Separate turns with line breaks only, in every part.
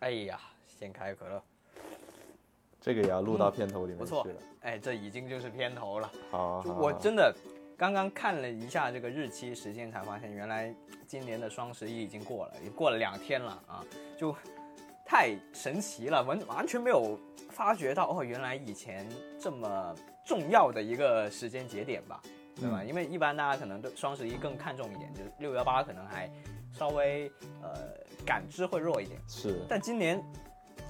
哎呀，先开可乐，
这个也要录到片头里面
嗯不
去
错
了。。
哎，这已经就是片头了。
好啊，
就
好啊
我
好啊
真的刚刚看了一下这个日期时间，才发现原来今年的双十一已经过了，也过了两天了啊，就太神奇了，完完全没有发觉到哦，原来以前这么重要的一个时间节点吧，对
嗯
吧？因为一般大家可能对双十一更看重一点，就是六幺八可能还稍微呃感知会弱一点，
是
但今年。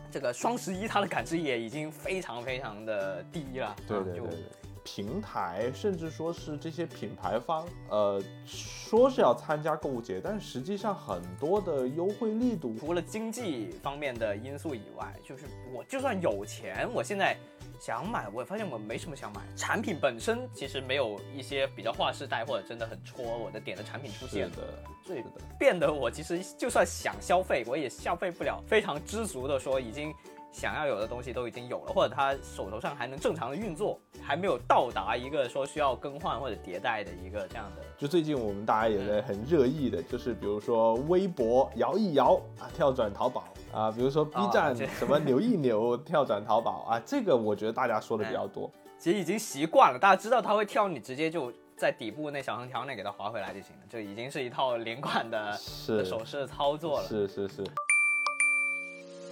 这个双十一，它的感知也已经非常非常的低了，
对
啊
对对
就
对，平台甚至说是这些品牌方，呃，说是要参加购物节，但实际上很多的优惠力度，
除了经济方面的因素以外，就是我就算有钱，我现在想买，我发现我没什么想买。产品本身其实没有一些比较划时代或者真的很戳我的点的产品出
是
现，
的，
所以
是的，
变得我其实就算想消费，我也消费不了。非常知足的说，已经想要有的东西都已经有了，或者他手头上还能正常的运作，还没有到达一个说需要更换或者迭代的一个这样的
就最近我们大家也在很热议
嗯
的，就是比如说微博摇一摇啊，跳转淘宝啊，比如说 B
啊
站
这
什么扭一扭，跳转淘宝啊，这个我觉得大家说的比
哎
较多。
其实已经习惯了，大家知道它会跳，你直接就在底部那小横条那给它划回来就行了，这已经是一套连贯的
是
手势操作了。
是是是，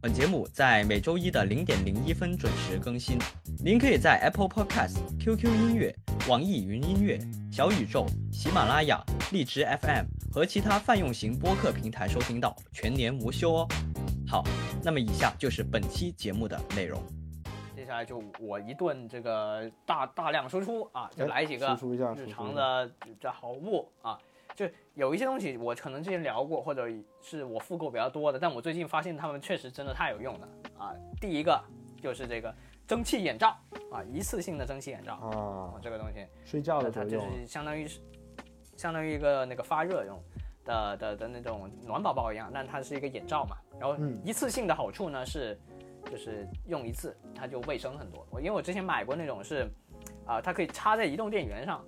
本节目在每周一的零点零一分准时更新，您可以在 Apple Podcast、QQ 音乐、网易云音乐、小宇宙、喜马拉雅、荔枝 FM 和其他泛用型播客平台收听到，全年无休哦。好，那么以下就是本期节目的内容。接下来就我一顿这个大大量输出啊，就
哎
来几个
输出一下输
日
出一
常
下
的这好物啊。就有一些东西我可能之前聊过，或者是我复购比较多的，但我最近发现它们确实真的太有用了啊。第一个就是这个蒸汽眼罩啊，一次性的蒸汽眼罩啊，
啊，
这个东西
睡觉的时
它
候
就
用啊，
是相当于是相当于一个那个发热用的的的那种暖宝宝一样，但它是一个眼罩嘛。然后
嗯
一次性的好处呢是，就是用一次它就卫生很多。我因为我之前买过那种是，啊、它可以插在移动电源上，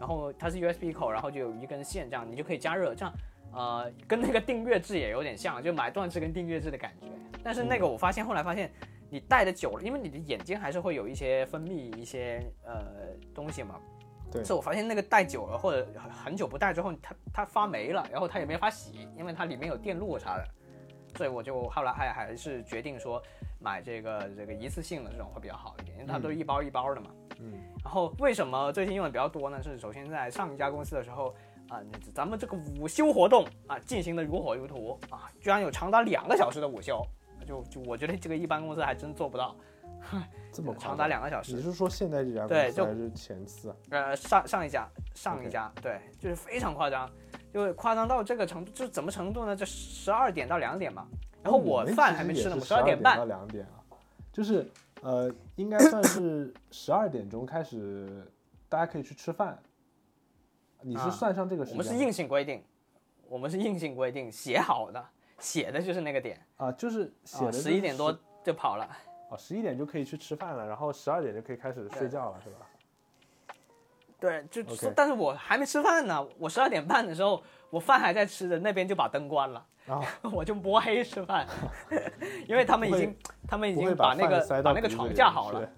然后它是 USB 口，然后就有一根线这样，你就可以加热，这样呃跟那个订阅制也有点像，就买断制跟订阅制的感觉。但是
嗯
那个我发现后来发现。你戴的久了，因为你的眼睛还是会有一些分泌一些呃东西嘛，
对
是我发现那个戴久了或者很久不戴之后，它它发霉了，然后它也没法洗，因为它里面有电路啥的，所以我就后来还还是决定说买这个这个一次性的这种会比较好一点，因为它都是一包一包的嘛。
嗯。
然后为什么最近用的比较多呢？是首先在上一家公司的时候啊、咱们这个午休活动啊进行的如火如荼啊，居然有长达两个小时的午休，就就我觉得这个一般公司还真做不到，
这么夸
长
张嗯
达两个小时
你。是说现在这家
对
公司
就
还是前四啊？
呃，上上一家，上
OK
一家对，就是非常夸张，就是夸张到这个程度，就是怎么程度呢？就十二点到两点嘛，然后我
哦们
饭
其
还
实
没
也
吃呢，
是
我十二点
到
半，
两点啊，就是呃，应该算是十二点钟开始，大家可以去吃饭。你
啊
是算上这个时
我
间
们
吗？
是硬性规定，我们是硬性规定写好的，写的就是那个点，
啊，就是写
啊，
的
十一点多就跑了，
哦，十一点就可以去吃饭了，然后十二点就可以开始睡觉了，是吧？
对，就
OK
但是我还没吃饭呢，我十二点半的时候，我饭还在吃着，那边就把灯关了。
然后
我就摸黑吃 饭，因为他们已经，他们已
不会
经把
饭
那个
塞
把
到
那个
鼻子
床
里
架
面
好
去
了，，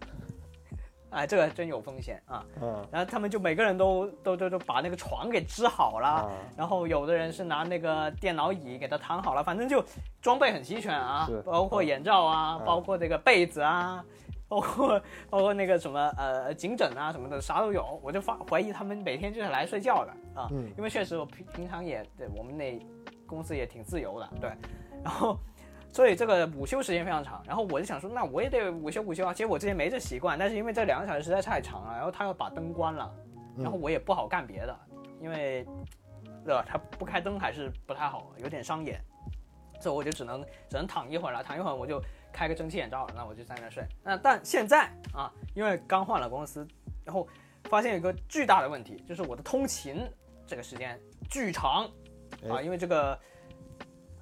哎，这个真有风险啊。
嗯
然后他们就每个人都都都都把那个床给支好了，
啊，
然后有的人是拿那个电脑椅给它躺好了，反正就装备很齐全啊
是，
包括眼罩啊，
嗯
包括这个被子啊，包括包括那个什么呃颈枕啊什么的，啥都有。我就发怀疑他们每天就是来睡觉的啊，
嗯
因为确实我平平常也对我们那公司也挺自由的，对，然后。所以这个午休时间非常长，然后我就想说，那我也得午休午休啊。其实我之前没这习惯，但是因为这两个小时实在太长了，然后他要把灯关了，然后我也不好干别的，因为对吧？它不开灯还是不太好，有点伤眼，所以我就只能只能躺一会儿了。躺一会儿我就开个蒸汽眼罩，那我就在那儿睡。那但现在啊，因为刚换了公司，然后发现有一个巨大的问题，就是我的通勤这个时间巨长啊，
哎
因为这个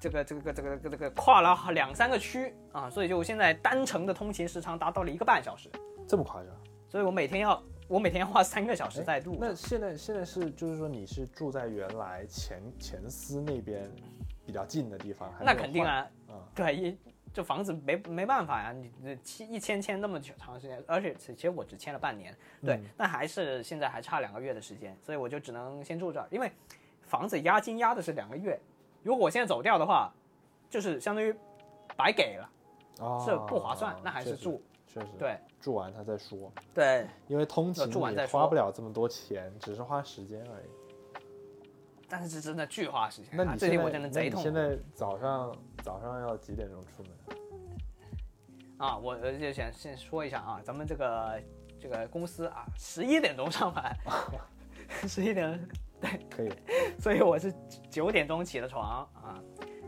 这个这个这个这个这个跨了两三个区啊，所以就现在单程的通勤时长达到了一个半小时，
这么夸张？
所以我每天要我每天要花三个小时在路上。
哎那现在现在是就是说你是住在原来前前司那边比较近的地方，还是
那
有
肯定
换
啊，
啊
对，一这房子没没办法呀、你这签一签签那么久长时间，而且其其实我只签了半年，对，
嗯
那还是现在还差两个月的时间，所以我就只能先住这儿，因为房子押金押的是两个月，如果我现在走掉的话，就是相当于白给了，
啊，
这不划算，那还是
确实
住，，
确实，
对
住完他再说，
对，
因为通勤
住完
也
再
花
说
不了这么多钱，只是花时间而已。
但是这真的巨花时间、
那
啊，
你
这
现
里
在，
我真的
那
贼
你
痛苦
现在早上早上要几点钟出门？
啊！我呃就想先说一下啊，咱们这个这个公司啊，十一点钟上班，十一点 钟
可以，
所以我是九点钟起的床啊，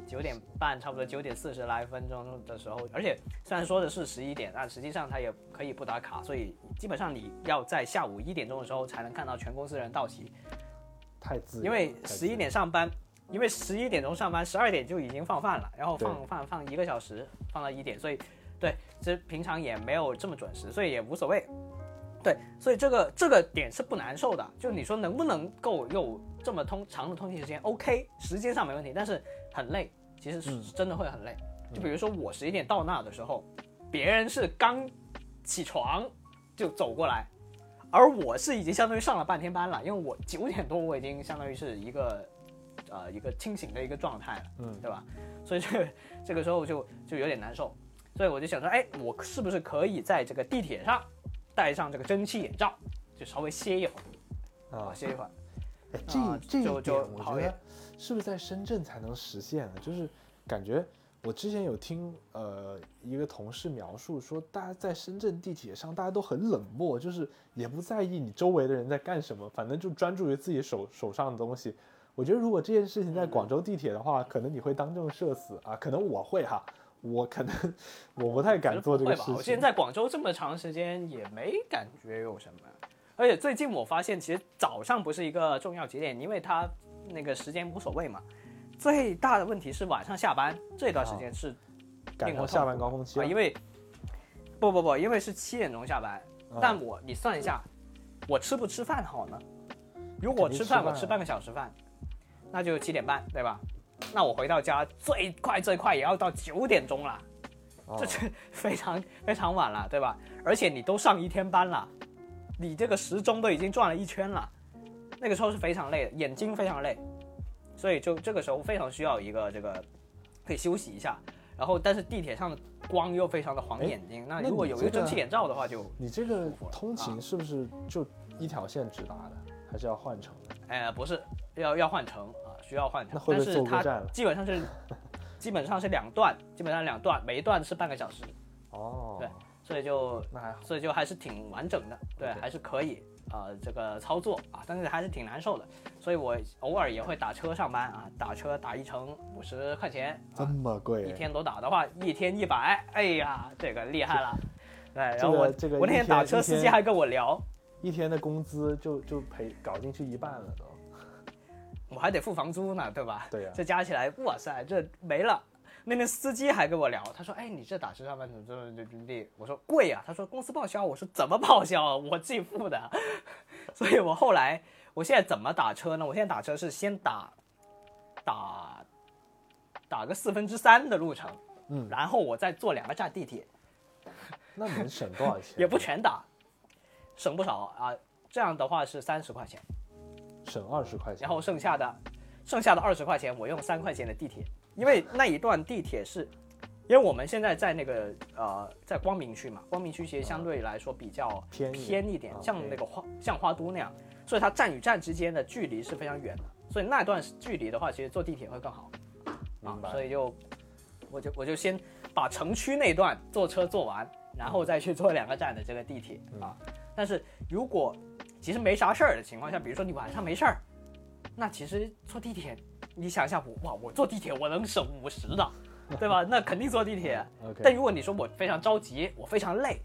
九点半差不多九点四十来分钟的时候，而且虽然说的是十一点，但实际上它也可以不打卡，所以基本上你要在下午一点钟的时候才能看到全公司人到齐，
太自由了，
因为
太自
十
由
一点上班，因为十一点钟上班，十二点就已经放饭了，然后
对
放放放一个小时，放到一点，所以对，其实平常也没有这么准时，所以也无所谓。对，所以这个这个点是不难受的，就你说能不能够有这么通长的通勤时间？OK，时间上没问题，但是很累，其实是真的会很累。就比如说我十一点到那的时候，别人是刚起床就走过来，而我是已经相当于上了半天班了，因为我九点多我已经相当于是一个呃一个清醒的一个状态了，
嗯
对吧？所以这个这个时候就就有点难受，所以我就想说，哎，我是不是可以在这个地铁上戴上这个蒸汽眼罩，就稍微歇一会儿啊，
啊，
歇一会儿。
哎
啊
这这一
就
点
就
我
跑
觉
远
得是不是在深圳才能实现啊？就是感觉我之前有听呃一个同事描述说，大家在深圳地铁上大家都很冷漠，就是也不在意你周围的人在干什么，反正就专注于自己手手上的东西。我觉得如果这件事情在
嗯
广州地铁的话，可能你会当众社死啊，可能我会哈，我可能 我不太敢做这
哎会
个
吧
事？
我之前
情。
在广州这么长时间也没感觉有什么，而且最近我发现，其实早上不是一个重要节点，因为它那个时间无所谓嘛。最大的问题是晚上下班这段时
啊
间是
赶
令我
上下
痛
班
苦
高峰期
啊，
了，
因为不不不，因为是七点钟下班，
啊
但我你算一下，我吃不吃饭好呢？如果
肯定
吃
吃
饭，我
饭
吃
啊
半个小时饭，那就七点半，对吧？那我回到家最快最快也要到九点钟了，
啊
这这非常非常晚了，对吧？而且你都上一天班了，你这个时钟都已经转了一圈了，那个时候是非常累的，眼睛非常累，所以就这个时候非常需要一个这个可以休息一下。然后，但是地铁上的光又非常的晃
哎
眼睛，那
那
如果
你
有一
这
个蒸
个
汽眼罩的话就，
你这个通
啊
勤是不是就一条线直达的，还是要换乘的？
呃，不是要要换乘啊，需要换乘
那，会不会
但是
坐过
它
站了
基本上是基本上是两段，基本上两段，每一段是半个小时，
哦，
对所以就
那还好。
所以就还是挺完整的，对，还是可以呃这个操作啊，但是还是挺难受的，所以我偶尔也会打车上班啊，打车打一程五十块钱，
这
啊，
么贵，
一天都打的话，一天一百，哎呀，这个厉害了。对，然
这
后
个
我、
这个
我那
一
天打
天
车，
一
司机
天
还跟我聊，
一天的工资就就赔搞进去一半了都。
我还得付房租呢，对吧？
对呀
这加起来，哇塞，这没了。那天司机还跟我聊，他说：“哎，你这打车上班怎么这么这么地？”我说：“贵啊呀、他说：“公司报销。”我说：“怎么报销啊？我自己付的。”所以我后来，我现在怎么打车呢？我现在打车是先打打打个四分之三的路程，
嗯
然后我再坐两个站地铁，
那能省多少钱？
也不全打，省不少啊。这样的话是三十块钱，
省二十块钱。
然后剩下的剩下的二十块钱，我用三块钱的地铁，因为那一段地铁是，因为我们现在在那个呃在光明区嘛，光明区其实相对来说比较
偏一
偏一点
啊，
像
偏
那个花像花都那样，所以它站与站之间的距离是非常远的，所以那段距离的话，其实坐地铁会更好啊
明，白
所以就我就我就先把城区那段坐车坐完，然
嗯
后再去坐两个站的这个地铁啊。但是如果其实没啥事儿的情况下，比如说你晚上没事儿，那其实坐地铁，你想一下我哇，我坐地铁我能省五十的，对吧？那肯定坐地铁。
OK
但
嗯
如果你说我非常着急，我非常累，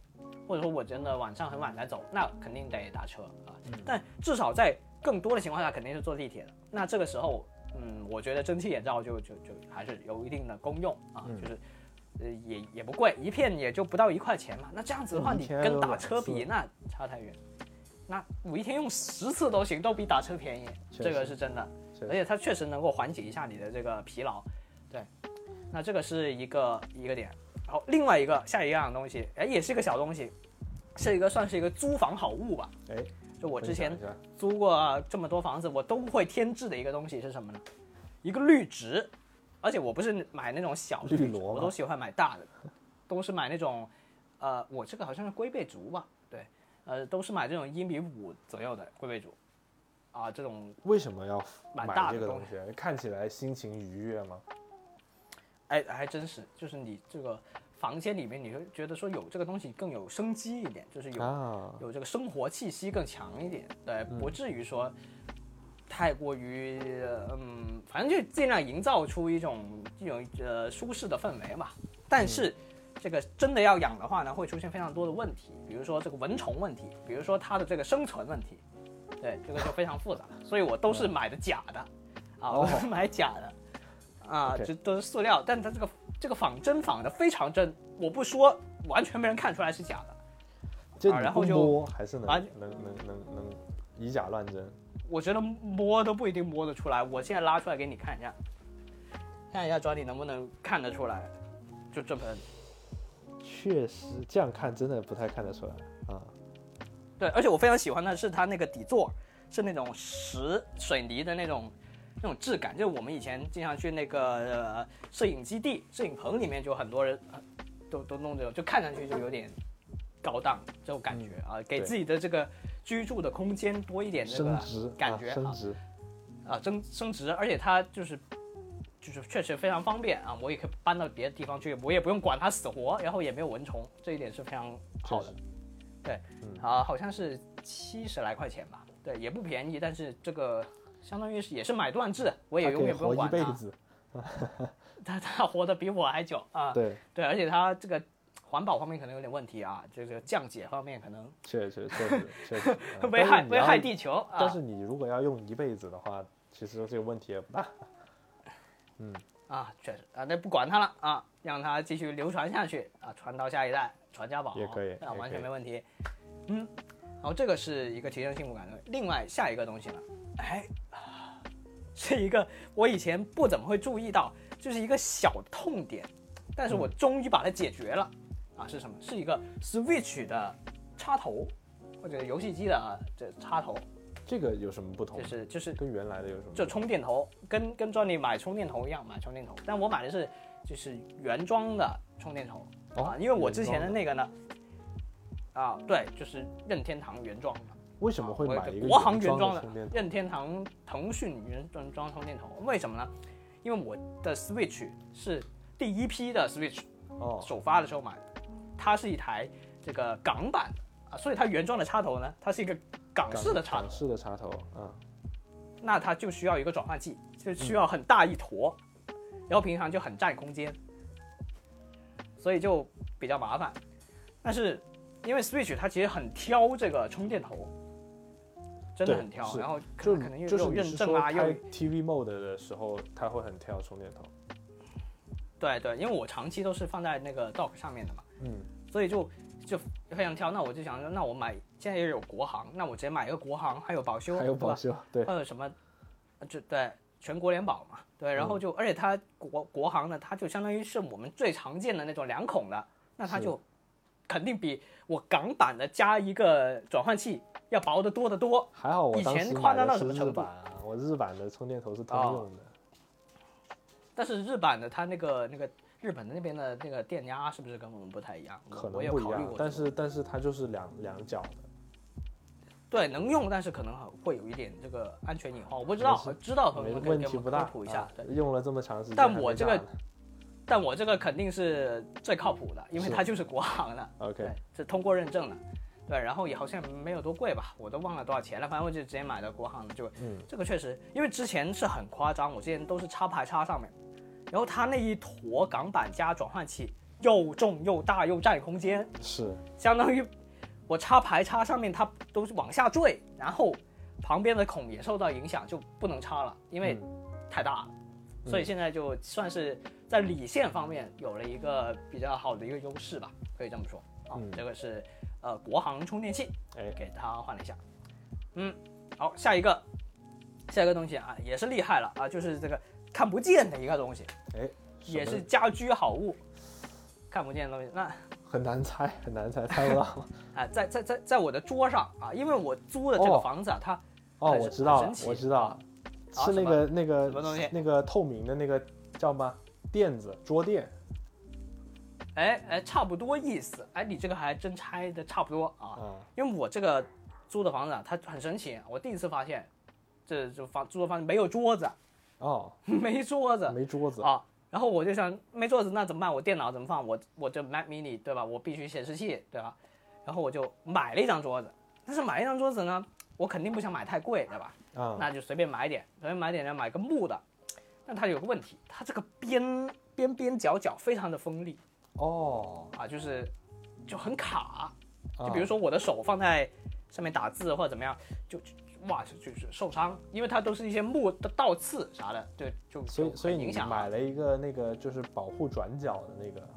或者说我真的晚上很晚才走，那
嗯
肯定得打车啊。但至少在更多的情况下，肯定是坐地铁的。那这个时候嗯，我觉得蒸汽眼罩就就就还是有一定的功用啊，
嗯
就是呃也也不贵，一片也就不到一块钱嘛。那这样子的话，
嗯一
你
天
跟
都
打
两
车
次
比，那差太远。那我一天用十次都行，都比打车便宜，
确
这个
实
是真的。
确
而且它确实能够缓解一下你的这个疲劳，对。那这个是一个一个点，然后另外一个下一样东西，哎，也是一个小东西，是一个算是一个租房好物吧。
哎，
就我之
分享
前
一下
租过这么多房子，我都会添置的一个东西是什么呢？一个绿植，而且我不是买那种小的
绿
植，
萝
我
吗
都喜欢买大的，都是买那种，呃，我这个好像是龟背竹吧，对，呃，都是买这种一米五左右的龟背竹，啊，这种，
为什么要
蛮
买
大
这个
的东
东西啊？看起来心情愉悦吗？
哎，还真是，就是你这个房间里面，你会觉得说有这个东西更有生机一点，就是有
啊，
有这个生活气息更强一点，对，不至于说太过于，嗯，反正就尽量营造出一种一种呃舒适的氛围嘛。但是这个真的要养的话呢，会出现非常多的问题，比如说这个蚊虫问题，比如说它的这个生存问题，对，这个就非常复杂。所以我都是买的假的，啊，我都是买假的，啊，
OK
这都是塑料，但它这个这个仿真仿的非常真，我不说，完全没人看出来是假的。
这
啊
你
然后
不
就
摸还是能
啊
能能能能以假乱真。
我觉得摸都不一定摸得出来。我现在拉出来给你看一下，看一下抓你能不能看得出来，就这盆。
确实，这样看真的不太看得出来啊。
对，而且我非常喜欢的是它那个底座是那种石水泥的那种那种质感，就是我们以前经常去那个、呃、摄影基地、摄影棚里面，就很多人、呃都都弄这种，就看上去就有点高档这种感觉啊，
嗯
给
对
自己的这个居住的空间多一点这
升
个
值，
感
啊
觉
升
啊
值，
啊增升值，而且它就是就是确实非常方便啊，我也可以搬到别的地方去，我也不用管它死活，然后也没有蚊虫，这一点是非常好的
确。
对，啊，好像是七十来块钱吧，对，也不便宜，但是这个相当于是也是买断制，我也
它
永
可以
远不
活
用
一
管
辈
它，
子。
它它活得比我还久啊。
对，
对，而且它这个环保方面可能有点问题啊，这个降解方面可能。
确实确实确实 嗯
危害危害
地。
地球啊。
但是你如果要用一辈子的话，其实这个问题也不大。
啊，确实啊，那不管它了啊，让它继续流传下去啊，传到下一代，传家宝
也可以
啊，
也
完
可
全
以
没问题。嗯，然后这个是一个提升幸福感的。另外下一个东西呢，哎，是一个我以前不怎么会注意到，就是一个小痛点，但是我
嗯
终于把它解决了。啊，是什么？是一个 Switch 的插头，或者游戏机的啊这插头，
这个有什么不同
就？是就是
跟原来的有什么不同？
就充电头，跟跟 Johnny 买充电头一样买充电头，但我买的是就是原装的充电头、
哦
啊，因为我
原
之前
装
的
的
那个呢，啊对，就是任天堂原装的，
为什么会
我有
买一个
国行原
装
装的
充电头？
任天堂、腾讯原装装充电头，为什么呢？因为我的 Switch 是第一批的 Switch
哦，
首发的时候买的，它是一台这个港版的啊，所以它原装的插头呢，它是一个港式的插头
港。式的插头，嗯，
那它就需要一个转换器，就需要很大一坨，然后平常就很占空间，所以就比较麻烦。但是因为 Switch 它其实很挑这个充电头，真的
对
很挑，
是
然后可
就
能可能又
就是
又有
你
认
是
证
说
啊，又
开 TV mode 的时候，它会很挑充电头。
对对，因为我长期都是放在那个 dock 上面的嘛，
嗯，
所以就就非常挑。那我就想说，那我买现在也有国行，那我直接买一个国行，还有保修，
还有
哦对吧
保修，对，
还有呃什么，呃这对全国联保嘛，
嗯
对，然后就、而且它国国行呢，它就相当于是我们最常见的那种两孔的，那它
是
就肯定比我港版的加一个转换器要薄得多得多。
还好我
以
当
前
时
夸
买
张到
的是
什么
日
程度
版啊，我日版的充电头是通
哦
用的。
但是日版的它那个那个日本的那边的那个电压是不是跟我们不太一样？我
可能
我也
不
考
一
虑
样
过，
但
这个
是但是它就是两两脚的，
对能用，但是可能会有一点这个安全隐患，我不知道
没事，
知道的朋
没
友们可以
问
给
题
我
不
们
大
科。普一下
啊。
对，
用了这么长时间还
但
没炸呢，
我这个但我这个肯定是最靠谱的，因为
是
它就是国行的。对
OK，，
是通过认证的，对，然后也好像没有多贵吧，我都忘了多少钱了，反正我就直接买的国行的，就、
嗯
这个确实，因为之前是很夸张，我之前都是插排插上面，然后它那一坨港版加转换器又重又大又占空间，
是
相当于我插排插上面它都是往下坠，然后旁边的孔也受到影响，就不能插了，因为
嗯
太大了，所以现在就算是在理线方面有了一个比较好的一个优势吧，可以这么说啊。
嗯
这个是呃国行充电器，
哎
给它换了一下。嗯，好，下一个，下一个东西啊，也是厉害了啊，就是这个看不见的一个东西，
哎，
也
什
是
么
家居好物，看不见的东西。那
很难猜，很难猜，猜不到。
啊，在在在在我的桌上啊，因为我租的这个
哦
房子啊，它
哦，
还是
我知道
很
了
神，奇
我知道
啊
了，是那个那
什么东西
个那个透明的那个叫什么垫子桌垫。
哎哎，差不多意思。哎，你这个还真拆的差不多啊。
嗯
因为我这个租的房子啊，它很神奇，我第一次发现，这就房租的房子没有桌子，
哦，
没桌子
没桌子。
啊。然后我就想，没桌子那怎么办？我电脑怎么放？我我这 Mac Mini 对吧？我必须显示器对吧？然后我就买了一张桌子，但是买一张桌子呢，我肯定不想买太贵对吧？
嗯
啊，
那就随便买点，随便买点呢，买个木的。但它有个问题，它这个边边边角角非常的锋利
哦，嗯
啊，就是就很卡。
就
就比如说我的手放在上面打字或者怎么样，就就哇就就是受伤，因为它都是一些木的倒刺啥的，对，就
所
就
以所以
很影
你
响啊
买了一个那个就是保护转角的那个，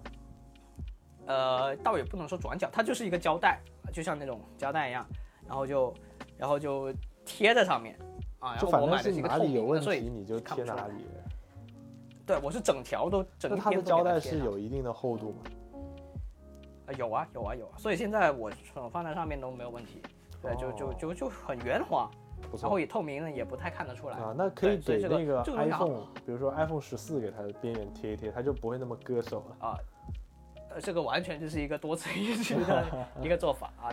呃，倒也不能说转角，它就是一个胶带，就像那种胶带一样，然后就然后就贴在上面啊，然
就
后
反
我
正
买的
是
是一个
哪
透
里有
明的，
问
所
题
以
你就
看不
贴
出来
哪里。
对我是整条都整
那
片
它的
都给
胶带
贴
是
上
有一定的厚度吗？
啊，有啊，有啊，有啊，所以现在我手放在上面都没有问题，对，就就
哦
就就很圆滑，
不
然后
错
也透明的，也不太看得出来
啊，那可以
对所
给
以这个
那个
这个东西好
iPhone，比如说 iPhone 十四给它的边缘贴一贴，它就不会那么割手了。
啊，呃，这个完全就是一个多此一举 的一个做法啊，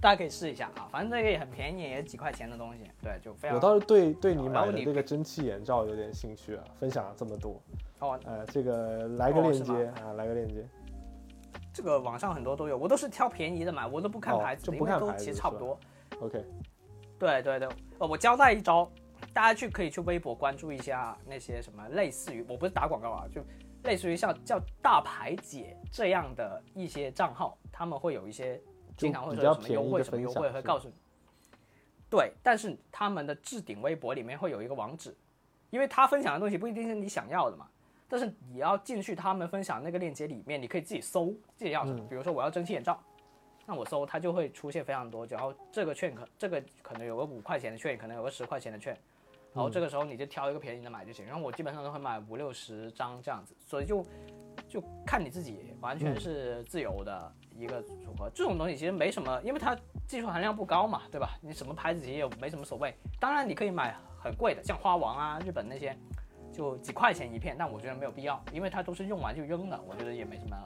大家可以试一下啊，反正这个也很便宜，也几块钱的东西，对，就非常
我倒是对对你
然
买
后
的
你
这个蒸汽眼罩有点兴趣啊，分享了这么多，
哦，
呃，这个来个
哦
链
是吗
接啊，来个链接，
这个网上很多都有，我都是挑便宜的买，我都不看
哦
牌子
就
的，因
不
为
看
都
牌
其
子
实
是
差不
吧
多。
OK，
对对对，呃，我交代一招，大家去可以去微博关注一下那些什么类似于，我不是打广告啊，就类似于像叫大牌姐这样的一些账号，他们会有一些
就
经常会
比
说有
较
什么优
便宜
惠
的
什么优
分
惠，
享
会
是
告诉你。对，但是他们的置顶微博里面会有一个网址，因为他分享的东西不一定是你想要的嘛。但是你要进去他们分享那个链接里面，你可以自己搜自己要什么。
嗯
比如说我要蒸汽眼罩，那我搜它就会出现非常多，然后这个券可这个可能有个五块钱的券，可能有个十块钱的券，然后这个时候你就挑一个便宜的买就行。然后我基本上都会买五六十张这样子，所以就就看你自己，完全是自由的一个组合。这种东西其实没什么，因为它技术含量不高嘛，对吧？你什么牌子其实也没什么所谓。当然你可以买很贵的，像花王啊、日本那些，就几块钱一片，但我觉得没有必要，因为它都是用完就扔的，我觉得也没什么。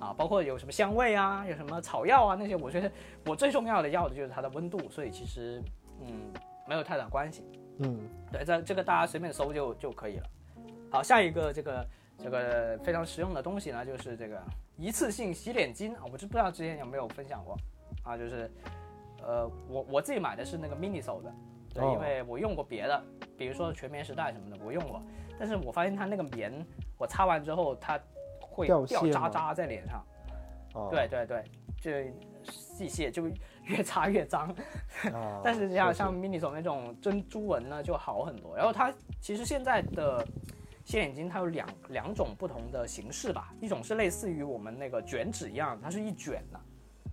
啊，包括有什么香味啊，有什么草药啊那些，我觉得我最重要的要的就是它的温度，所以其实嗯没有太大关系。
嗯，
对，这这个大家随便搜就就可以了。好，下一个这个这个非常实用的东西呢，就是这个一次性洗脸巾啊，我就不知道之前有没有分享过啊，就是呃我我自己买的是那个 Miniso 的，对，
哦
因为我用过别的，比如说全棉时代什么的，我用过，但是我发现它那个棉我擦完之后它会
掉
掉
屑吗
渣渣在脸上，
哦，
对对对，就细屑就越擦越脏。
啊，
但是像
是
像 mini 手那种珍珠纹呢就好很多。然后它其实现在的呃洗脸巾它有两两种不同的形式吧，一种是类似于我们那个卷纸一样，它是一卷的，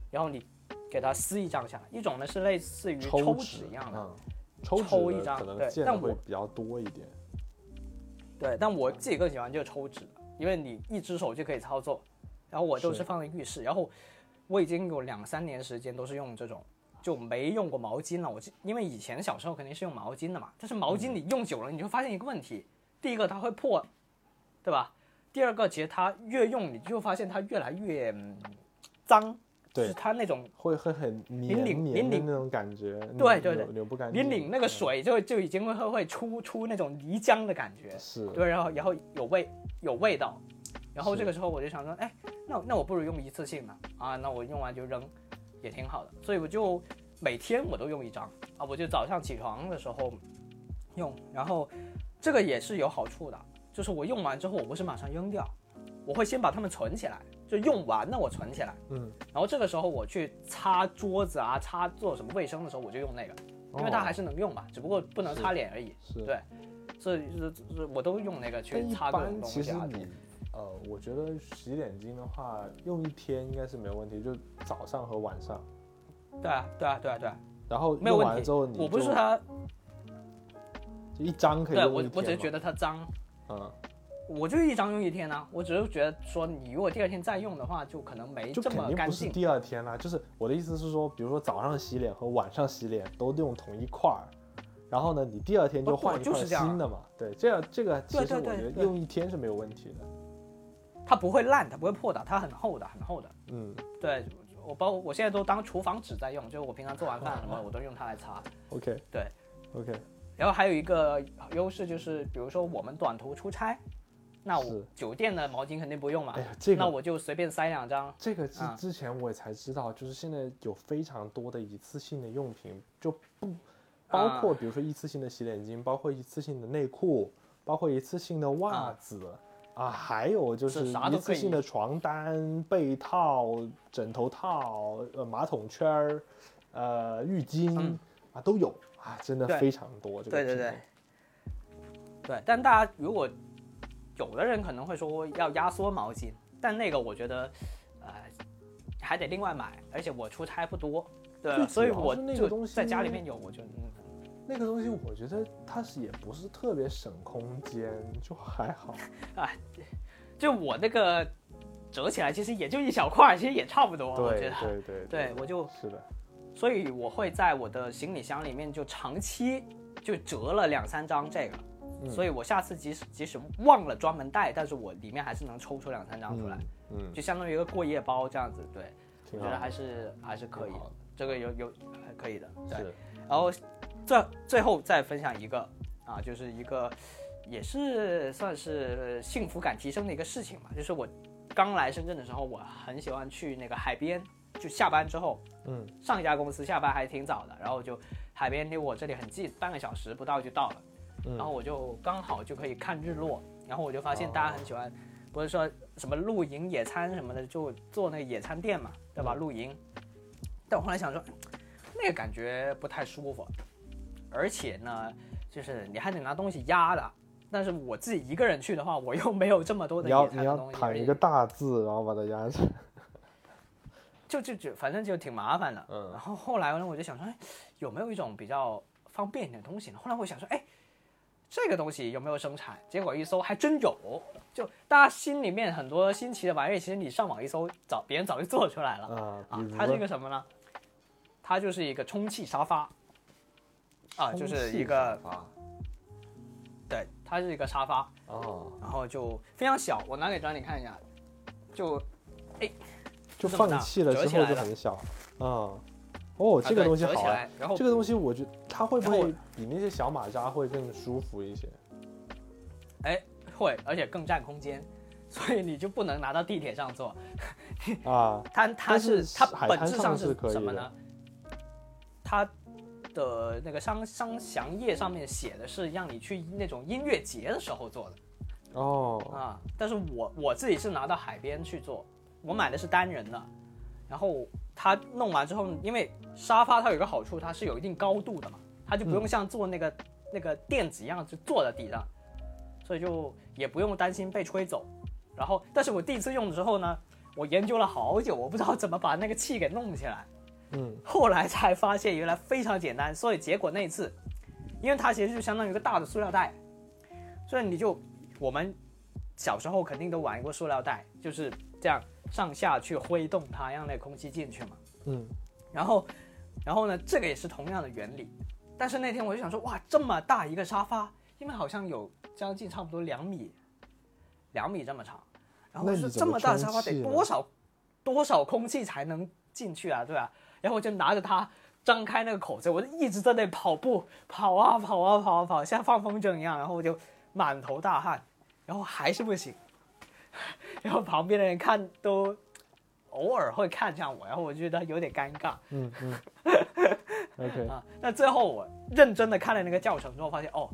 然后你给它撕一张下来；一种呢是类似于抽
纸
纸一样的，
嗯抽纸
抽一
的
张
可能
对
见的
但
会
我
比较多一点。
对，但我自己更喜欢就是抽纸的，因为你一只手就可以操作。然后我都
是
是放在浴室，然后我已经有两三年时间都是用这种，就没用过毛巾了。我记因为以前小时候肯定是用毛巾的嘛，但是毛
嗯
巾你用久了，你就发现一个问题：第一个它会破，对吧？第二个其实它越用，你就发现它越来越、嗯脏，就
对
是它那种
会会很黏
拧
黏
拧
的
拧
那种感觉，
对对
扭
对
扭不干
你
净。嗯
拧那个水就就已经会会出出那种泥浆的感觉。
是，
对，然后然后有味有味道，然后
是
这个时候我就想说，哎，那那我不如用一次性的啊，那我用完就扔，也挺好的，所以我就每天我都用一张啊，我就早上起床的时候用，然后这个也是有好处的，就是我用完之后我不是马上扔掉，我会先把它们存起来，就用完了我存起来，
嗯，
然后这个时候我去擦桌子啊，擦做什么卫生的时候我就用那个，因为它
哦
还是能用嘛，只不过不能
是
擦脸而已。
是
对这这这这我都用那个去
但一
擦各种
般
东
其
西
实
啊。
你，呃，我觉得洗脸巾的话，用一天应该是没有问题，就早上和晚上。
对啊，对啊，对啊，对啊，
然后
没有
用
问
完了
题。
之后你就，
我不是说它，
就一张可以
对
用
我
一
我只是
天
觉
嘛
得它脏，
嗯，
我就一张用一天呢、我只是觉得说，你如果第二天再用的话，就可能没
就
这
肯
么
定
干
不是
净。
第二天啦。就是我的意思是说，比如说早上洗脸和晚上洗脸都用同一块儿，然后呢，你第二天
不
就
不
换一
就
块
是这样
新的嘛。对，这样这个其
对
实
对
我
对
觉得
对
用一天是没有问题的。
它不会烂，它不会破的，它很厚的，很厚的。
嗯
对，我包我现在都当厨房纸在用，就是我平常做完饭什么，我都用它来擦。
，OK
对，
OK，
然后还有一个优势就是，比如说我们短途出差，那我
是
酒店的毛巾肯定不用嘛，
哎呀，这个
那我就随便塞两张。
这个是
啊
之前我也才知道，就是现在有非常多的一次性的用品，就不包
啊
括比如说一次性的洗脸巾，包括一次性的内裤，包括一次性的袜
啊
子啊，还有就是
是啥都
一
可
次
以
性的床单、被套、枕头套、呃马桶圈儿、呃浴巾、
嗯
啊都有啊，真的
对
非常多。这个
对对
品
对
类，
对，但大家如果有的人可能会说要压缩毛巾，但那个我觉得，呃，还得另外买，而且我出差不多，
最
对，
主
所以
要
我
是那个
就
东西
在家里面有，我就嗯，
那个东西我觉得它是也不是特别省空间，就还好。
就我那个折起来其实也就一小块儿，其实也差不多，我觉
对
得。
对对
对，我就，
是的。
所以我会在我的行李箱里面就长期就折了两三张这个，
嗯
所以我下次即使即使忘了专门带，但是我里面还是能抽出两三张出来，
嗯，
就相当于一个过夜包这样子。对，我
挺
觉
好
得
的。
还是还是可以
啊挺好的，
这个有有还可以的。对，
是
然后最最后再分享一个啊，就是一个也是算是幸福感提升的一个事情吧，就是我刚来深圳的时候，我很喜欢去那个海边，就下班之后，
嗯，
上一家公司下班还挺早的，然后就海边离我这里很近，半个小时不到就到了，
嗯
然后我就刚好就可以看日落，然后我就发现大家很喜欢，不是说什么露营、野餐什么的，就做那个野餐垫嘛，对
嗯
吧？露营，但我后来想说，那个感觉不太舒服，而且呢，就是你还得拿东西压的。但是我自己一个人去的话，我又没有这么多的
你要
野
你
餐的
要
东西，
躺
而
一
且
个大字，然后把它压上。
就就就反正就挺麻烦的。
嗯
然后后来呢，我就想说，哎，有没有一种比较方便一点的东西呢？后来我想说，哎，这个东西有没有生产？结果一搜还真有。就大家心里面很多新奇的玩意，其实你上网一搜，早别人早就做出来了
啊，比
啊
如。
它是一
呢
个什么呢？它就是一个充气沙发啊，就
充
是
气
一个
沙发
对，它是一个沙发，
哦，
然后就非常小。我拿给张你看一下，
哦
就
就
这么
放
大
弃了
折
之
起
后
来
就
了
很小。嗯，哦，这个东西
啊对折
好
起
哎。
来，然后
这个东西我觉得它会不
然后
会比那些小马扎会更舒服一些？
哎，会，而且更占空间，所以你就不能拿到地铁上坐。
啊，
它它
但是
是它
海
本
滩
质
上
上
是可以
什么
的
呢？它的那个商商详页上面写的是让你去那种音乐节的时候做的
哦，
啊，但是我我自己是拿到海边去做，我买的是单人的，然后它弄完之后，因为沙发它有一个好处，它是有一定高度的嘛，它就不用像坐那个、那个垫子一样就坐在地上，所以就也不用担心被吹走。然后，但是我第一次用的时候呢，我研究了好久，我不知道怎么把那个气给弄起来，
嗯，
后来才发现原来非常简单。所以结果那一次，因为它其实就相当于一个大的塑料袋，所以你就我们小时候肯定都玩过塑料袋，就是这样上下去挥动它，让那空气进去嘛。
嗯，
然后，然后呢，这个也是同样的原理。但是那天我就想说，哇，这么大一个沙发，因为好像有将近差不多两米，两米这么长。然后
那
我
你
说
怎
这
么
么大的沙
充
发
气
得
呢
多少多少空气才能进去啊？对吧、然后我就拿着它张开那个口子，我就一直在那跑步，跑啊跑啊跑啊跑，像放风筝一样。然后我就满头大汗，然后还是不行。 然后旁边的人看都偶尔会看向我，然后我觉得有点尴尬。
嗯嗯 ，OK，
啊，那最后我认真的看了那个教程之后，发现哦，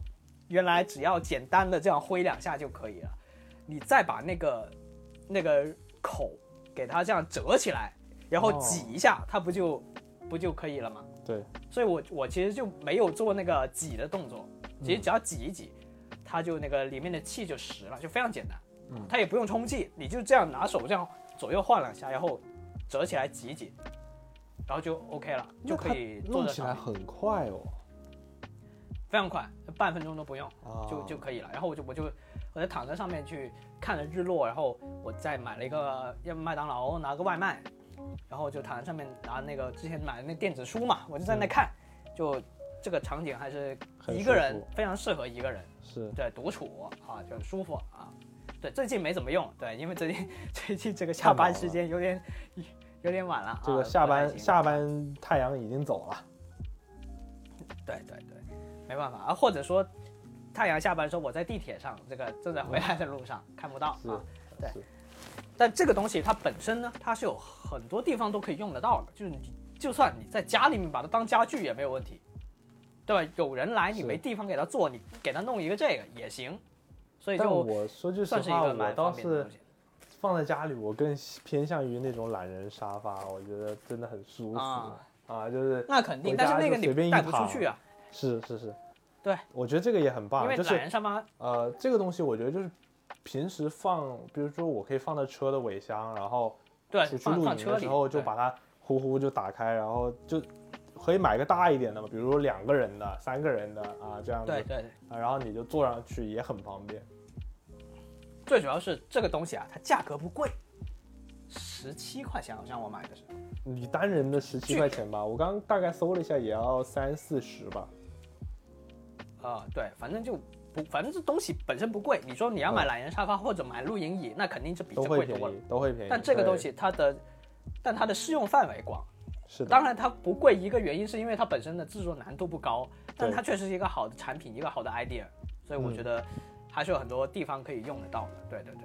原来只要简单的这样挥两下就可以了。你再把那个那个口给它这样折起来，然后
哦
挤一下，它不就不就可以了吗？
对，
所以我我其实就没有做那个挤的动作，其实只要挤一挤，它就那个里面的气就实了，就非常简单，
嗯
它也不用充气，你就这样拿手这样左右晃两下，然后折起来挤一挤，然后就 OK 了，就
那它
可以做
弄
得
起
上
来
面。
很快哦。
非常快，半分钟都不用
啊
就就可以了。然后我就我就我就躺在上面去看着日落，然后我再买了一个要麦当劳拿个外卖，然后就躺在上面拿那个之前买的那电子书嘛，我就在那看，就这个场景还是
很
一个人
舒服
非常适合一个人
是
对独处啊，就很舒服啊。对，最近没怎么用，对，因为最近最近这个下班时间有点 有点晚了，
这
啊
个下
不太
班
行
下班太阳已经走了，
对对对，没办法啊，或者说太阳下班的时候，我在地铁上，这个正在回来的路上看不到
是
啊。对
是
但这个东西它本身呢，它是有很多地方都可以用得到的，就是你就算你在家里面把它当家具也没有问题，对吧？有人来你
是
没地方给他做，你给他弄一个这个也行，所以
但
就
我说句实
算是一
话，
个
我
蛮
倒
方便的
是
东西
放在家里，我更喜偏向于那种懒人沙发，我觉得真的很舒服
啊
啊就是
那肯定，
回
但是
家
那
就
个你
随便一
带不出
躺
去啊，
是是是，
对，
我觉得这个也很
因
棒，
为
就
懒
是
人沙发
呃，这个东西我觉得就是平时放，比如说我可以放在车的尾箱，然后
对
出去
放
露
放
营
车
的
里
时候就
对
把它呼呼就打开，然后就可以买个大一点的嘛，比如说两个人的、三个人的啊这样子
对对对，
啊，然后你就坐上去也很方便。
最主要是这个东西啊，它价格不贵，十七块钱好像我买的是。
你单人的十七
巨
块钱吧，我刚刚大概搜了一下，也要三四十吧。
啊、对，反正就不，反正这东西本身不贵。你说你要买懒人沙发或者买露营椅，那肯定是比这
都会
贵
便
多了
宜。，都会便宜。
但这个
对
东西它的，但它的适用范围广。
是的，
当然它不贵，一个原因是因为它本身的制作难度不高，但
对嗯
它确实是一个好的产品，一个好的 idea，所以我觉得还是有很多地方可以用得到的。对对对，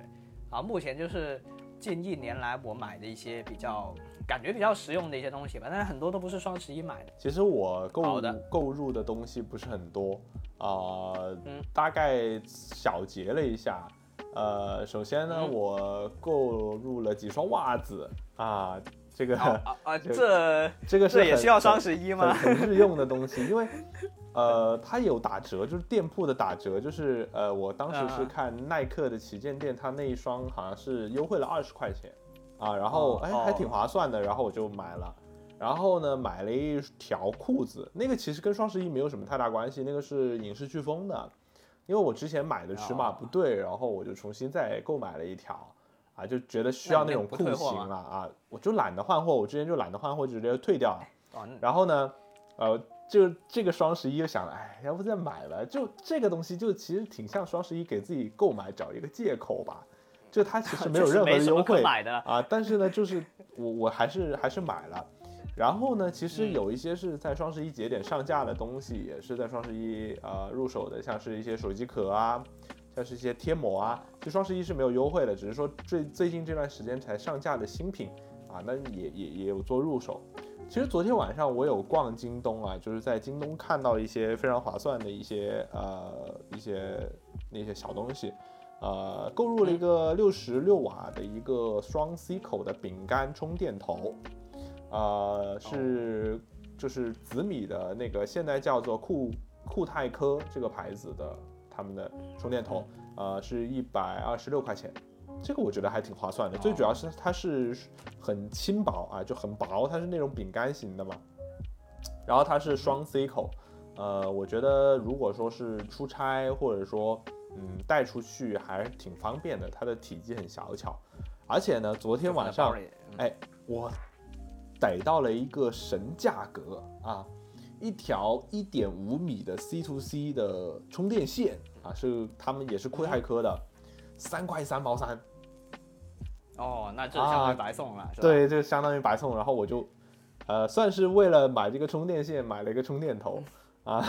啊，目前就是近一年来我买的一些比较感觉比较实用的一些东西吧，但是很多都不是双十一买的。
其实我购
好
入
的
购入的东西不是很多啊、呃
嗯
大概小结了一下。呃，首先呢，
嗯
我购入了几双袜子啊，这个、
啊啊，这
这个是
这也
很
需要
很
双十一吗？
很很日用的东西，因为呃，它有打折，就是店铺的打折，就是呃，我当时是
啊
看耐克的旗舰店，它那一双好像是优惠了二十块钱啊，然后
哦
哎
哦
还挺划算的，然后我就买了。然后呢，买了一条裤子，那个其实跟双十一没有什么太大关系，那个是影视飓风的，因为我之前买的尺码
哦
不对，然后我就重新再购买了一条，啊，就觉得需要
那
那
你
种
不
裤
退货
型
吗
了啊，我就懒得换货，我之前就懒得换货，就直接退掉了。
哦，
然后呢，呃，就这个双十一又想了，哎，要不再买吧？就这个东西，就其实挺像双十一给自己购买找一个借口吧。就它其实没 有
就是
任何的
什么
优
可
惠
买的了。
啊，但是呢，就是我我还是还是买了。然后呢，其实有一些是在双十一节点上架的东西，也是在双十一呃入手的，像是一些手机壳啊，像是一些贴膜啊。就双十一是没有优惠的，只是说最最近这段时间才上架的新品啊，那也也也有做入手。其实昨天晚上我有逛京东啊，就是在京东看到一些非常划算的一些呃一些那些小东西，呃，购入了一个六十六瓦的一个双 C 口的饼干充电头，呃，是就是紫米的那个现在叫做酷酷泰科这个牌子的他们的充电头，呃，是一百二十六块钱。这个我觉得还挺划算的，最主要是它是很轻薄啊，就很薄，它是那种饼干型的嘛。然后它是双 C 口，呃，我觉得如果说是出差或者说嗯带出去还是挺方便的，它的体积很小巧。而且呢，昨天晚上哎，我逮到了一个神价格啊，一条一点五米的 C to C 的充电线啊，是他们也是酷泰科的，三块三毛三，
哦，那这相当于白送了，是吧？
对，就相当于白送。然后我就，呃，算是为了买这个充电线买了一个充电头
嗯
啊，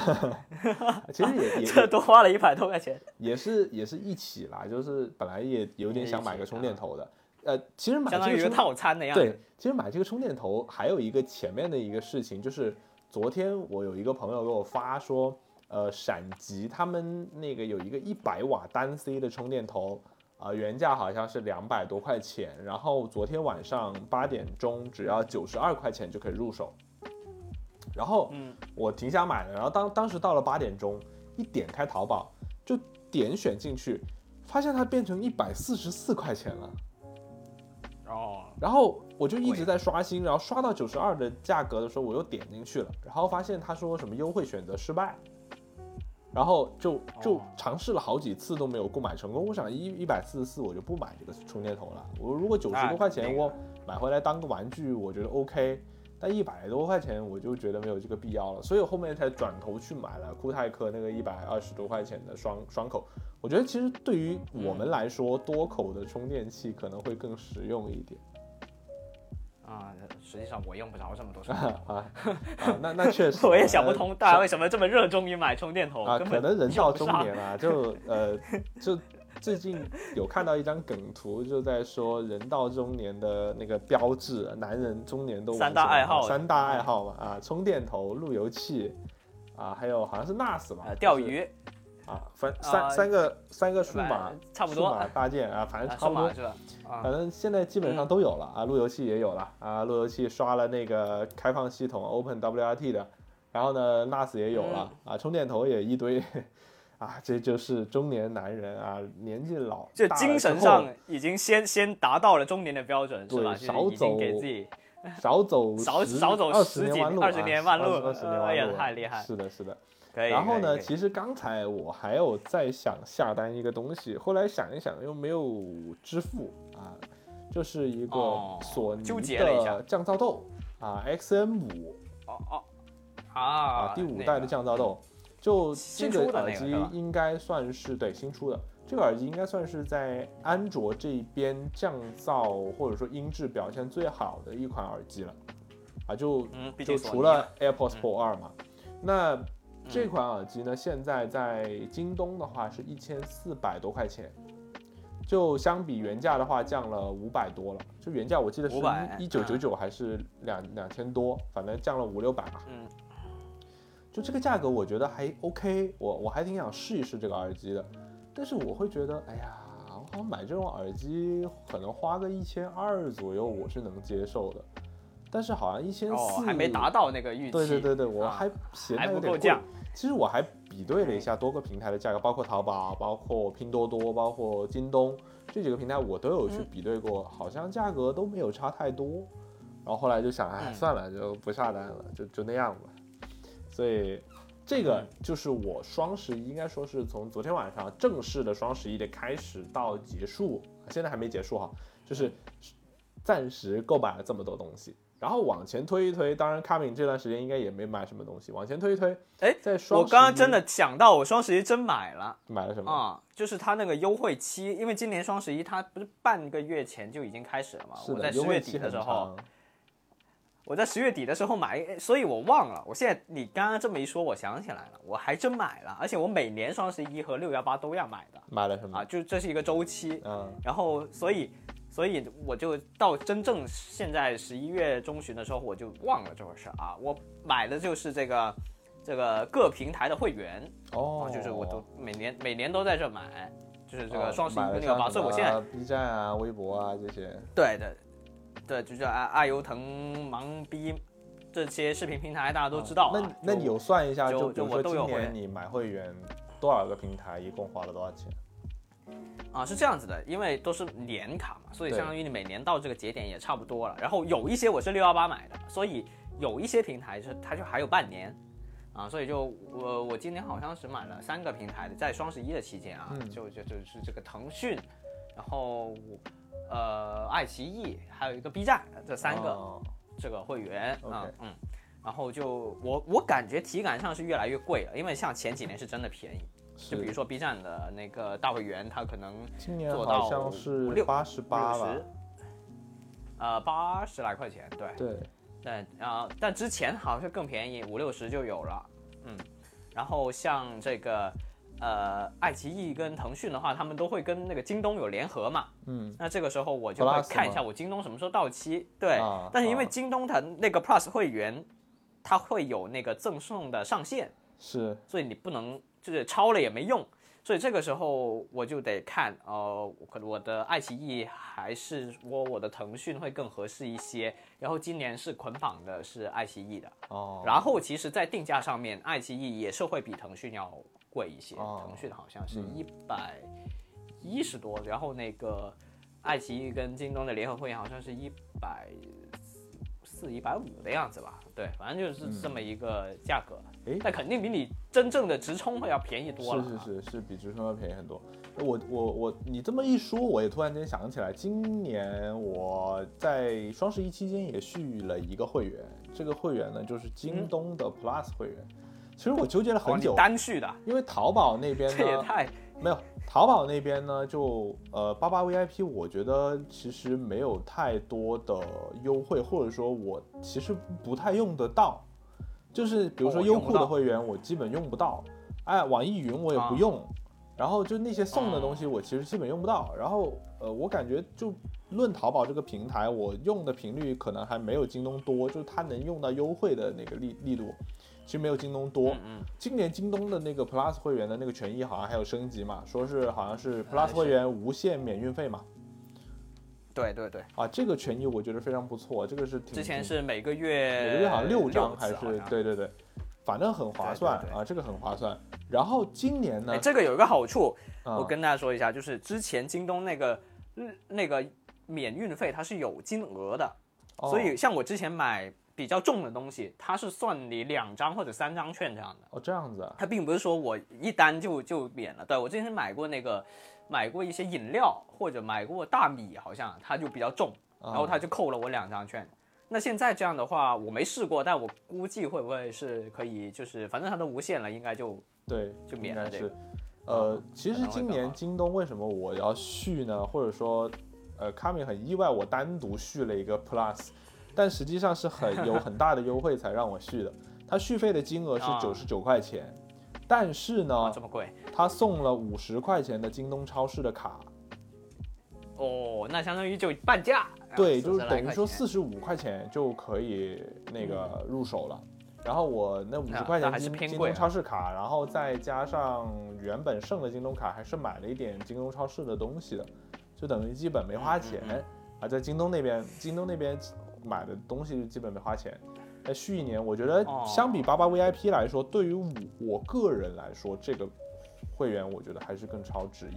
其实也 也
这多花了一百多块钱。
也是也是一起啦，就是本来也有点想买个充电头的，呃，其实买
啊相当
这
于一
个
个
充
套餐的样子。
对，其实买这个充电头还有一个前面的一个事情，就是昨天我有一个朋友给我发说，呃，闪极他们那个有一个一百瓦单 C 的充电头，啊、原价好像是两百多块钱，然后昨天晚上八点钟只要九十二块钱就可以入手，然后
嗯
我挺想买的，然后当当时到了八点钟，一点开淘宝就点选进去，发现它变成一百四十四块钱了。
哦，
然后我就一
贵
直在刷新，然后刷到九十二的价格的时候，我又点进去了，然后发现他说什么优惠选择失败，然后就就
哦
尝试了好几次都没有购买成功。我想一一百四十四我就不买这个充电头了，我如果九十
那
多块
哎那
钱
个
我买回来当个玩具，我觉得 OK。但一百多块钱我就觉得没有这个必要了，所以我后面才转头去买了酷泰克那个一百二十多块钱的双双口。我觉得其实对于我
嗯
们来说，多口的充电器可能会更实用一点。
啊、实际上我用不着这么多充电
啊啊，啊那那确实，
头，我也想不
呃
通大家为什么这么热衷于买充电头，
啊，
根
可
本
能人
用
到
不
中
上
年啊，就呃，就最近有看到一张梗图，就在说人到中年的那个标志，男人中年都
三
玩
大
什么
爱
啊
好
三大爱好嘛啊，充电头、路由器啊，还有好像是 NAS 吧，
呃钓
就是
鱼
啊，反三
啊
三个三个数
反
码
差不
数
多
码
啊
搭建啊，反正
啊
差
数
不多呃
码是吧？啊
反正现在基本上
嗯
都有了啊，路由器也有了啊，路由器刷了那个开放系统 OpenWRT 的，然后呢 NAS 也有了、
嗯
啊，充电头也一堆， 啊，这就是中年男人啊，年纪老
就
大了
精
之
神
后
上已经先先达到了中年的标准，是
对
吧？就是
少
已经给
走
自己
少走
少
十
少走
二
十
年
几
弯路，啊
二十年弯路
二十年
哎
弯
呀
路，
太厉害
是的，是的。
可以。
然后呢，
可以
其实刚才我还有在想下单一个东西，后来想一想又没有支付啊，就是一个
哦
索尼
纠结了一下
的降噪豆啊，XM 五
哦哦啊
啊，第五
那
代的
个
降噪豆，就这
新出的
个
那
耳
个
机
对吧
应该算是对新出的，这个耳机应该算是在安卓这边降噪或者说音质表现最好的一款耳机了啊，就
嗯，毕竟
就
索
除
尼
了 AirPods Pro 二嘛，那这
嗯
款耳机呢，现在在京东的话是一千四百多块钱，就相比原价的话降了五百多了。就原价我记得是
500
一九九九还是两两千多，反正降了五六百吧。
嗯
就这个价格，我觉得还 OK，我我还挺想试一试这个耳机的。但是我会觉得，哎呀，我好像买这种耳机可能花个一千二左右，我是能接受的。但是好像一千
哦
四
还没达到那个预期，
对对对对，我
啊
还嫌
还
它有
不
点
够
贵
降。
其实我还比对了一下多个平台的价格，包括淘宝、包括拼多多、包括京东这几个平台，我都有去
嗯
比对过，好像价格都没有差太多。然后后来就想，哎，
嗯
算了，就不下单了，就就那样吧。所以这个
嗯
就是我双十一，应该说是从昨天晚上正式的双十一的开始到结束，现在还没结束哈，就是暂时购买了这么多东西。然后往前推一推，当然卡敏这段时间应该也没买什么东西。往前推一推，
哎
在双
我刚刚
11
真的想到，我双十一真买了
买了什么？
啊、就是它那个优惠期，因为今年双十一它不是半个月前就已经开始了嘛。
是
我
的，
在十
优
月
惠
底
期
的
很
时候，
长，啊
我在十月底的时候买，所以我忘了。我现在你刚刚这么一说，我想起来了，我还真买了，而且我每年双十一和六幺八都要买的
买了什
啊，
么？
就这是一个周期。
嗯，
然后所以所以我就到真正现在十一月中旬的时候，我就忘了这回事儿啊。我买的就是这个这个各平台的会员，
哦
啊，，就是我都每年每年都在这买，就是这个
哦
双十一
买了
跟六幺八，
像
所以我
什
现在
么 B 站啊、微博啊这些，
对的对，就叫爱爱优腾、盲逼这些视频平台，大家都知道、啊
哦那你那你
就
有算一下，
就
比如
就
说
我都有
今
会
年
员
你买会员多少个平台，一共花了多少钱？
啊，是这样子的，因为都是年卡嘛，所以
对
相当于你每年到这个节点也差不多了。然后有一些我是六幺八买的，所以有一些平台是它就还有半年，啊，所以就我我今年好像是买了三个平台的，在双十一的期间啊，
嗯
就就就是这个腾讯，然后呃爱奇艺，还有一个 B 站这三个、
哦
这个会员啊
OK
嗯，然后就我我感觉体感上是越来越贵了，因为像前几年是真的便宜，
是
就比如说 B 站的那个大会员，它可能。
今年
做
好
到
像
五
是
六
八十八
六
吧
十？，呃，八十来块钱，对，
对，
但啊、但之前好像更便宜，五六十就有了，嗯，然后像这个。呃，爱奇艺跟腾讯的话，他们都会跟那个京东有联合嘛。
嗯，
那这个时候我就
Plus
会
吗
看一下我京东什么时候到期。对，
啊
但是因为
啊
京东它那个 Plus 会员，它会有那个赠送的上限，
是
所以你不能就是超了也没用，所以这个时候我就得看，呃，可能我的爱奇艺还是说我的腾讯会更合适一些。然后今年是捆绑的是爱奇艺的，
哦，
然后其实，在定价上面，爱奇艺也是会比腾讯要贵一些，
哦
腾讯好像是一百一十多，然后那个爱奇艺跟京东的联合会员好像是一百四、一百五的样子吧，对，反正就是这么一个价格，
诶
但肯定比你真正的直充会要便宜多了啊，
是是是，是比直升要便宜很多。我我我，你这么一说，我也突然间想起来，今年我在双十一期间也续了一个会员，这个会员呢就是京东的 Plus 会员。其实我纠结了
嗯哇，
很
你
久，
单续的，
因为淘宝那边
这也
呢，
太
没有，淘宝那边呢，就呃八八 VIP，我觉得其实没有太多的优惠，或者说我其实不太用得到。就是比如说
哦
优
用不
酷
到啊
的会员，我基本用不到，哎，网易云我也不用，然后就那些送的东
嗯
西，我其实基本用不到。然后呃，我感觉就论淘宝这个平台，我用的频率可能还没有京东多，就是它能用到优惠的那个力力度，其实没有京东多。
嗯嗯，
今年京东的那个 Plus 会员的那个权益好像还有升级嘛，说是好像是 Plus
呃是
会员无限免运费嘛，
对对对，
啊，这个权益我觉得非常不错，这个是挺
之前
挺
是每个月
嗯每个月好像六张
次
还
好
是
像
对对对，反正很划算
对对对
啊，这个很划算。然后今年呢
哎，，这个有一个好处，
啊
我跟大家说一下，就是之前京东那个嗯那个免运费它是有金额的，
哦
所以像我之前买比较重的东西，它是算你两张或者三张券这样的，
哦这样子啊，
它并不是说我一单就就免了。对我之前买过那个买过一些饮料或者买过大米，好像它就比较重，
啊
然后它就扣了啊我两张券。那现在这样的话，我没试过，但我估计会不会是可以，就是反正它都无限了，应该就
对，
就
应
免
该
了这
是
个。
呃
嗯，
其
可
实
能会
今
更
年
好
京东为什么我要续呢？或者说，呃，卡米很意外，我单独续了一个 Plus，但实际上是很有很大的优惠才让我续的。它续费的金额是
啊
九十九块钱，但是
啊
呢
这，么贵。
它送了五十块钱的京东超市的卡，
哦，那相当于就半价。
对，
啊
就是等于
40来块钱
说，四十五块钱就可以那个入手了。然后我那五十
那
块
那
钱
还是
京
偏
京
贵
东
啊
超市卡，然后再加上原本剩的京东卡，还是买了一点京东超市的东西的，就等于基本没花钱
嗯
啊。在京东那边，京东那边买的东西就基本没花钱。那续一年，我觉得
哦
相比八八 VIP 来说，对于我我个人来说，这个会员我觉得还是更超值一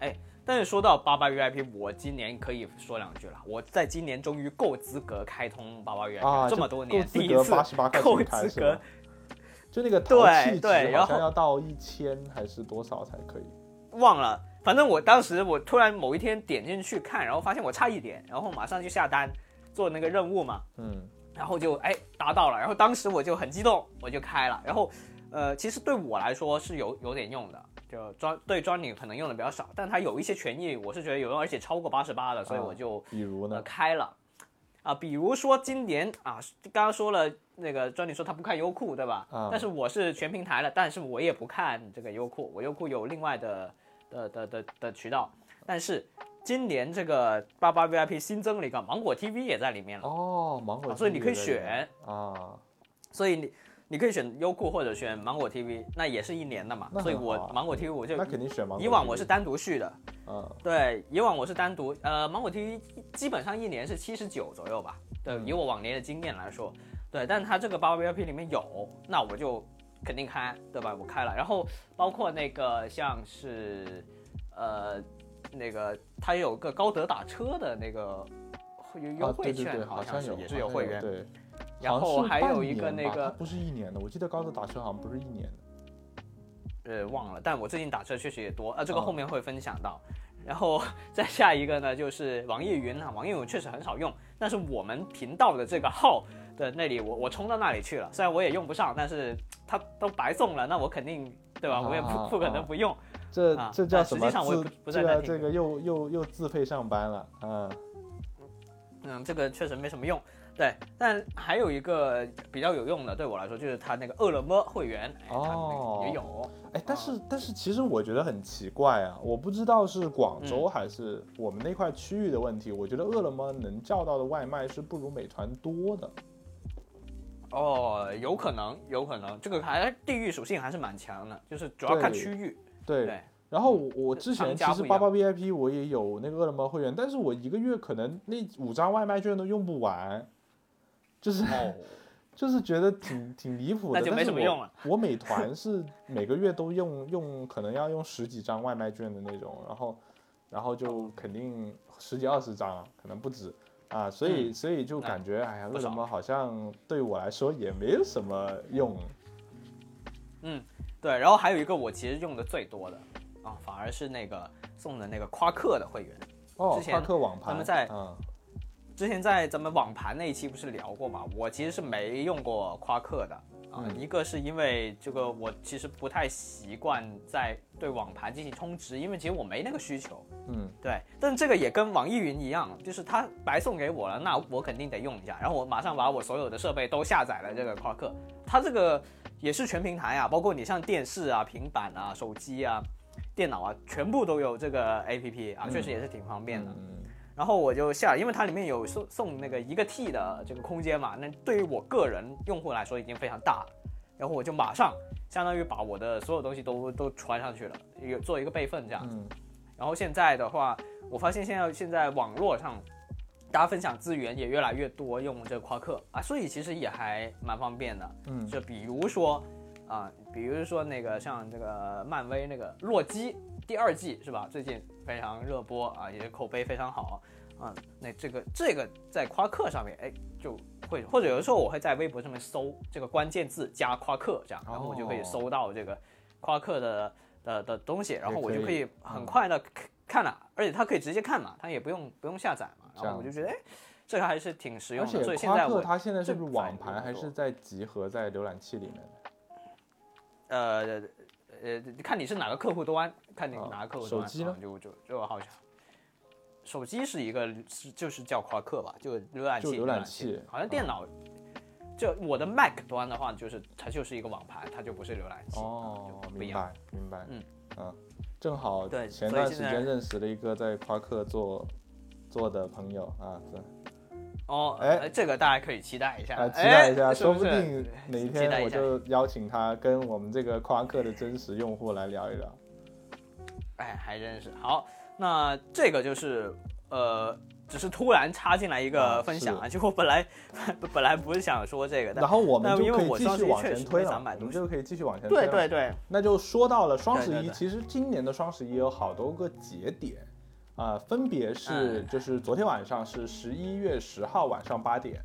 点。
但是说到八八 VIP，我今年可以说两句了。我在今年终于够资格开通八八 VIP，、
啊，
这
就
么多年
够资
第一
格
次
88块
够
钱开
资
是吗
格。
就那个淘
对对
气值好
然
像
后
要到一千还是多少才可以？
忘了，反正我当时我突然某一天点进去看，然后发现我差一点，然后马上就下单做那个任务嘛，
嗯，
然后就哎达到了，然后当时我就很激动，我就开了，然后呃，其实对我来说是有有点用的。就专对专领可能用的比较少，但它有一些权益，我是觉得有用，而且超过八十八的，所以
啊
我就
比如
呃
呢？
开了啊，比如说今年啊，刚刚说了那个专利说他不看优酷对吧？
啊
但是我是全平台了，但是我也不看这个优酷，我优酷有另外的的的的的渠道，但是今年这个八八 VIP 新增了一个芒果 TV 也在里面了，
哦，芒果、
啊所以你可以选
啊，
所以你。你可以选优酷或者选芒果 TV，那也是一年的嘛，
那很
所以
好
我
啊
芒果 TV 我就
那肯定选芒果。
以往我是单独续的，
嗯
对，以往我是单独，呃，芒果 TV 基本上一年是七十九左右吧。对，
嗯
以我往年的经验来说，对，但它这个八八 VIP 里面有，那我就肯定开，对吧？我开了，然后包括那个像是，呃，那个它有个高德打车的那个有优
啊，
惠
对对
券，
对，
好
像
是
有
也是
好像有
会员，
对，
然
好
后
像是
还
半
有一个
年
那
吧它
个
不是一年的，我记得高德打车好像不是一年的。
呃忘了，但我最近打车确实也多啊，这个
哦
后面会分享到。然后 再下一个呢，就是网易云啊，网易云确实很少用，但是我们频道的这个号的那里，我我冲到那里去了，虽然我也用不上，但是它都白送了，那我肯定对吧？我也不
啊
不可能不用。
这
啊
这叫
但
什
实
么
际上我也
自
不不在
这
那
个
听
这个又又又自费上班了，嗯，
嗯，这个确实没什么用。对，但还有一个比较有用的，对我来说就是它那个饿了么会员，哎，它那
哦
个也有。
哎，但
啊
是但是其实我觉得很奇怪啊，我不知道是广
嗯
州还是我们那块区域的问题，我觉得饿了么能叫到的外卖是不如美团多的。
哦，有可能，有可能，这个还地域属性还是蛮强的，就是主要
对
看区域。
对，
对
然后我我之前
商
其
家
实
不一
八
样
八 VIP 我也有那个饿了么会员，但是我一个月可能那五张外卖券都用不完，就是、
哦
就是觉得挺挺离谱的。
那就没
但
什
是
么
我
用了。
我美团是每个月都用 用，可能要用十几张外卖券的那种，然后然后就肯定十几二十张，可能不止啊，所以、所以就感觉哎呀，
嗯不
饿
少
了么好像对我来说也没有什么用。
对，然后还有一个我其实用的最多的啊，反而是那个送的那个夸克的会员。
哦
之，前
夸克网
咱
盘，
们在
嗯
之前在咱们网盘那一期不是聊过嘛？我其实是没用过夸克的啊，
嗯
一个是因为这个我其实不太习惯在对网盘进行充值，因为其实我没那个需求。
嗯
对，但这个也跟网易云一样，就是它白送给我了，那我肯定得用一下。然后我马上把我所有的设备都下载了这个夸克，它这个也是全平台啊，包括你像电视啊、平板啊、手机啊、电脑啊，全部都有这个 APP 啊，确实也是挺方便的。
嗯，
然后我就下了，因为它里面有送送那个一个 T 的这个空间嘛，那对于我个人用户来说已经非常大了。然后我就马上相当于把我的所有东西都都传上去了，有做一个备份这样子。
嗯
然后现在的话，我发现现在现在网络上，大家分享资源也越来越多，用这个夸克啊，所以其实也还蛮方便的。
嗯
就比如说啊、比如说那个像这个漫威那个洛基第二季是吧？最近非常热播啊，也口碑非常好啊。那这个这个在夸克上面，哎，就会或者有的时候我会在微博上面搜这个关键字加夸克这样，然后我就可以
哦
搜到这个夸克的的的东西，然后我就可
可以嗯
以很快的看了，而且它可以直接看嘛，它也不用不用下载嘛，然
这
后
样
我就觉得哎，这个还是挺实用
而
的，所
且
以现在
夸克
我
它现在是
这
不是
反
网
应
盘
不
还
错
是在集合在浏览器里面的？
呃呃，看你是哪个客户端，看你
啊
哪个客户
手
端，
机呢
啊就就就好像。手机是一个是就是叫夸克吧，就浏览器，
就浏览器啊
好像电脑，就我的 Mac 端的话，就是它就是一个网盘，它就不是浏览器，
哦
啊就，不一
明
样。
白明白，
嗯
嗯，正好
对
前
所以
段
现
时
在
间认识了一个在夸克做做的朋友啊，对，
哦，
哎
呃这个大家可以期待一下，
啊，期待一下，
哎是
说
不是
定哪
期待
天
一
我
下
就邀请他跟我们这个夸克的真实用户来聊一聊。
哎，还真是好。那这个就是呃，只是突然插进来一
啊
个分享啊，
是
就我本来 本来不是想说这个的，
然后我们
那
就
因为
可以
我
继
双
续
十一
往
确
前
实
推
没
了
想
嘛，
买
我
东
们
西
就可以继续往前推
对
了。
对对，
那就说到了双十
对
一，
对对
其实今年的双十一有好多个节点，啊、分别是
嗯
就是昨天晚上是十一月十号晚上八点，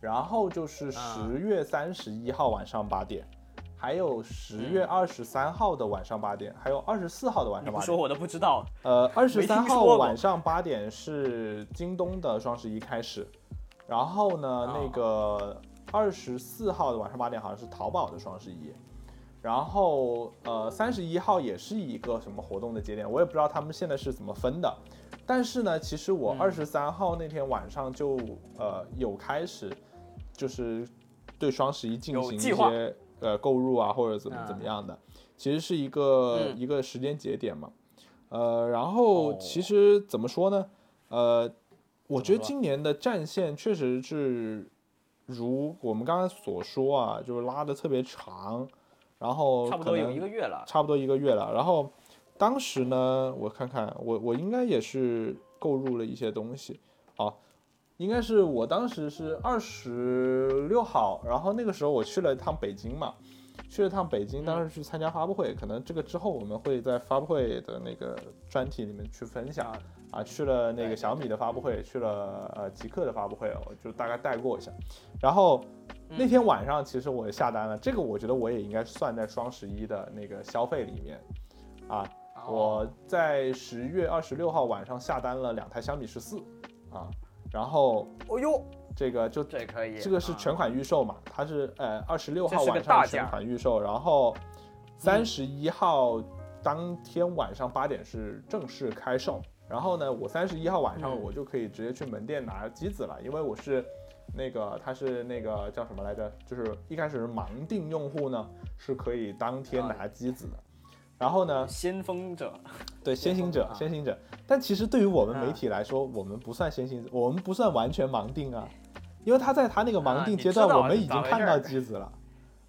然后就是十
嗯
月三十一号晚上八点，还有十
嗯
月二十三号的晚上八点，还有二十四号的晚
你
上
不
八
说
点。
我都不知道。
呃，二十
没
三
听
号
说过
晚上八点是京东的双十一开始，然后呢，
啊
那个二十四号的晚上八点好像是淘宝的双十一，然后呃三十一号也是一个什么活动的节点，我也不知道他们现在是怎么分的。但是呢，其实我
嗯
二十三号那天晚上就、呃有开始，就是对双十一进
有
行一
计划
些呃购入啊或者怎么
嗯
怎么样的，其实是一个、
嗯
一个时间节点嘛。呃，然后
哦
其实怎么说呢？呃，我觉得
说
今年的战线确实是如我们刚刚所说啊，就是拉的特别长，然后
差不
可
多有
能
一个月了，
差不多一个月了。然后当时呢，我看看，我我应该也是购入了一些东西啊，应该是我当时是二十六号，然后那个时候我去了一趟北京嘛，去了趟北京，当时去参加发布会，可能这个之后我们会在发布会的那个专题里面去分享
啊
啊，去了那
对
个
对
小米的发布会，去了呃极客的发布会，我就大概带过一下，然后。
嗯
那天晚上其实我下单了，这个我觉得我也应该算在双十一的那个消费里面，啊，
哦
我在十月二十六号晚上下单了两台小米十四，啊，然后
哦哟，
这个就
这可以，
这个是全
啊
款预售嘛，它是呃二十六
这
号
是个
晚
大
上
件
全
儿嗯
款预售，然后三十一号当天晚上八点是正式开售。然后呢，我三十一号晚上
嗯
我就可以直接去门店拿机子了，因为我是那个它是那个叫什么来着？就是一开始是盲定用户呢是可以当天
啊
拿机子的。然后呢，
先锋者，
对先行者
啊，
先行者。但其实对于我们媒
啊
体来说，我们不算先行者，我们不算完全盲定啊，因为他在他那个
啊
盲定
你
阶
知
段，
道
我们
是
已
咋
经
回
看
事
到
儿
机子了。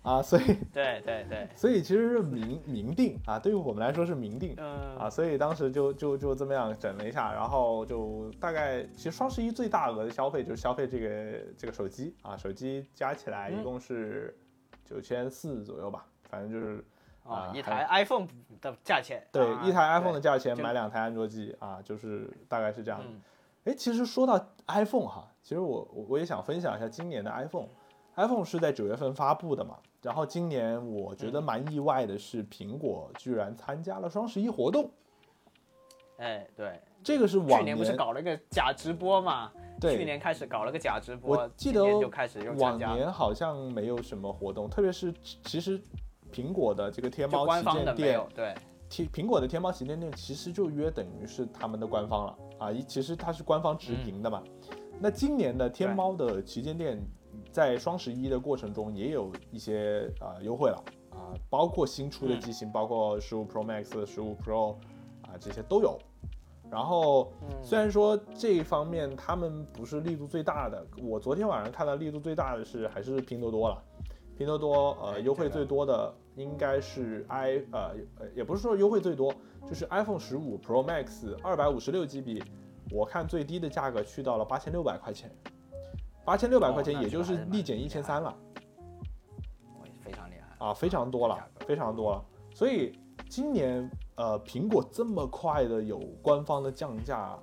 啊，所以
对对对，
所以其实是明明定啊，对于我们来说是明定
嗯、
啊，所以当时就就就这么样整了一下，然后就大概其实双十一最大额的消费就是消费这个这个手机啊，手机加起来一
嗯
共是九千四左右吧，反正就是
哦
啊，
一台 iPhone 的价钱，
对
啊
一台 iPhone 的价钱
就
买两台安卓机啊，就是大概是这样的
嗯。
哎、其实说到 iPhone 哈，其实我我我也想分享一下今年的 iPhone。iPhone 是在九月份发布的嘛，然后今年我觉
嗯
得蛮意外的是，苹果居然参加了双十一活动，
哎对，
这个是往
去年不是搞了个假直播嘛？
对
去年开始搞了个假直播，
我记
今
得
年就开始又
往
参加了，
年好像没有什么活动，特别是其实苹果的这个天
就
猫
官
旗
方的
舰
没
店
有，对，
天苹果的天猫旗舰店其实就约等于是他们的官方了啊，一其实它是官方直营的嘛。那今年的天猫的旗舰店在双十一的过程中也有一些啊、呃优惠了啊，包括新出的机型，包括十五 Pro Max、十五 Pro 啊这些都有。然后
嗯
虽然说这一方面他们不是力度最大的，我昨天晚上看到力度最大的是还是拼多多了。拼多多
哎
呃优惠
对的
最多的应该是 i 呃呃也不是说优惠最多，就是 iPhone 十五 Pro Max 二百五十六 GB，我看最低的价格去到了八千六百块钱，八千六百
哦
块钱
那
也
这还
就是
是蛮
立减一
厉
千
害
三了
我非常厉害，
啊，非常多了
价，
非常多了。所以今年呃苹果这么快的有官方的降价，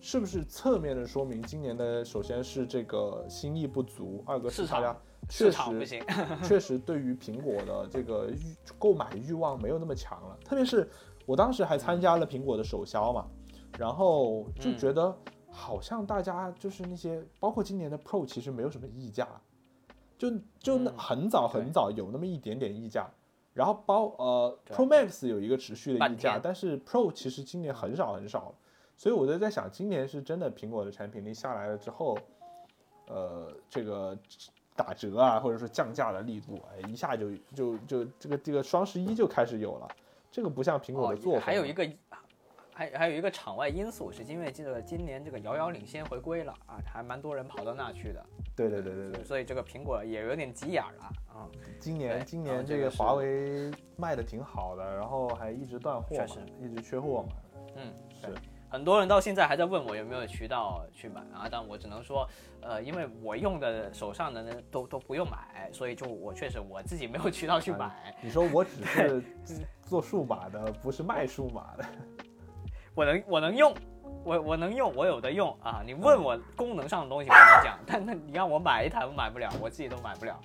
是不是侧面的说明今年的首先是这个心意不足，二个是
市
大
场
家确
市
实
场不行，
确实对于苹果的这个欲购买欲望没有那么强了。特别是我当时还参加了苹果的首销嘛，然后就觉得好像大家就是那些，包括今年的 Pro 其实没有什么溢价，就就那
嗯
很早
对
很早有那么一点点溢价。然后包呃
对
Pro Max 有一个持续的
半
溢价，
天
但是 Pro 其实今年很少很少了，所以我就在想，今年是真的苹果的产品力下来了之后，呃，这个打折啊，或者说降价的力度，哎，一下就就就这个这个双十一就开始有了，这个不像苹果
哦
的做法、
还有一个。还还有一个场外因素，是因为这个今年这个遥遥领先回归了啊，还蛮多人跑到那去的，
对对对对对，
所以这个苹果也有点急眼儿了啊、
今年
对
今
然
年
后
这
这
个
个是
华为卖的挺好的，然后还一直断货
确
嘛
实，
一直缺货嘛，
嗯，
是
很多人到现在还在问我有没有渠道去买啊，但我只能说，呃，因为我用的手上的呢都都不用买，所以就我确实我自己没有渠道去
啊
买，
你说我只 是做数码的，不是卖数码的，
我能我能用，我我能用，我有的用啊。你问我功能上的东西我能讲，但那你让我买一台我买不了，我自己都买不了。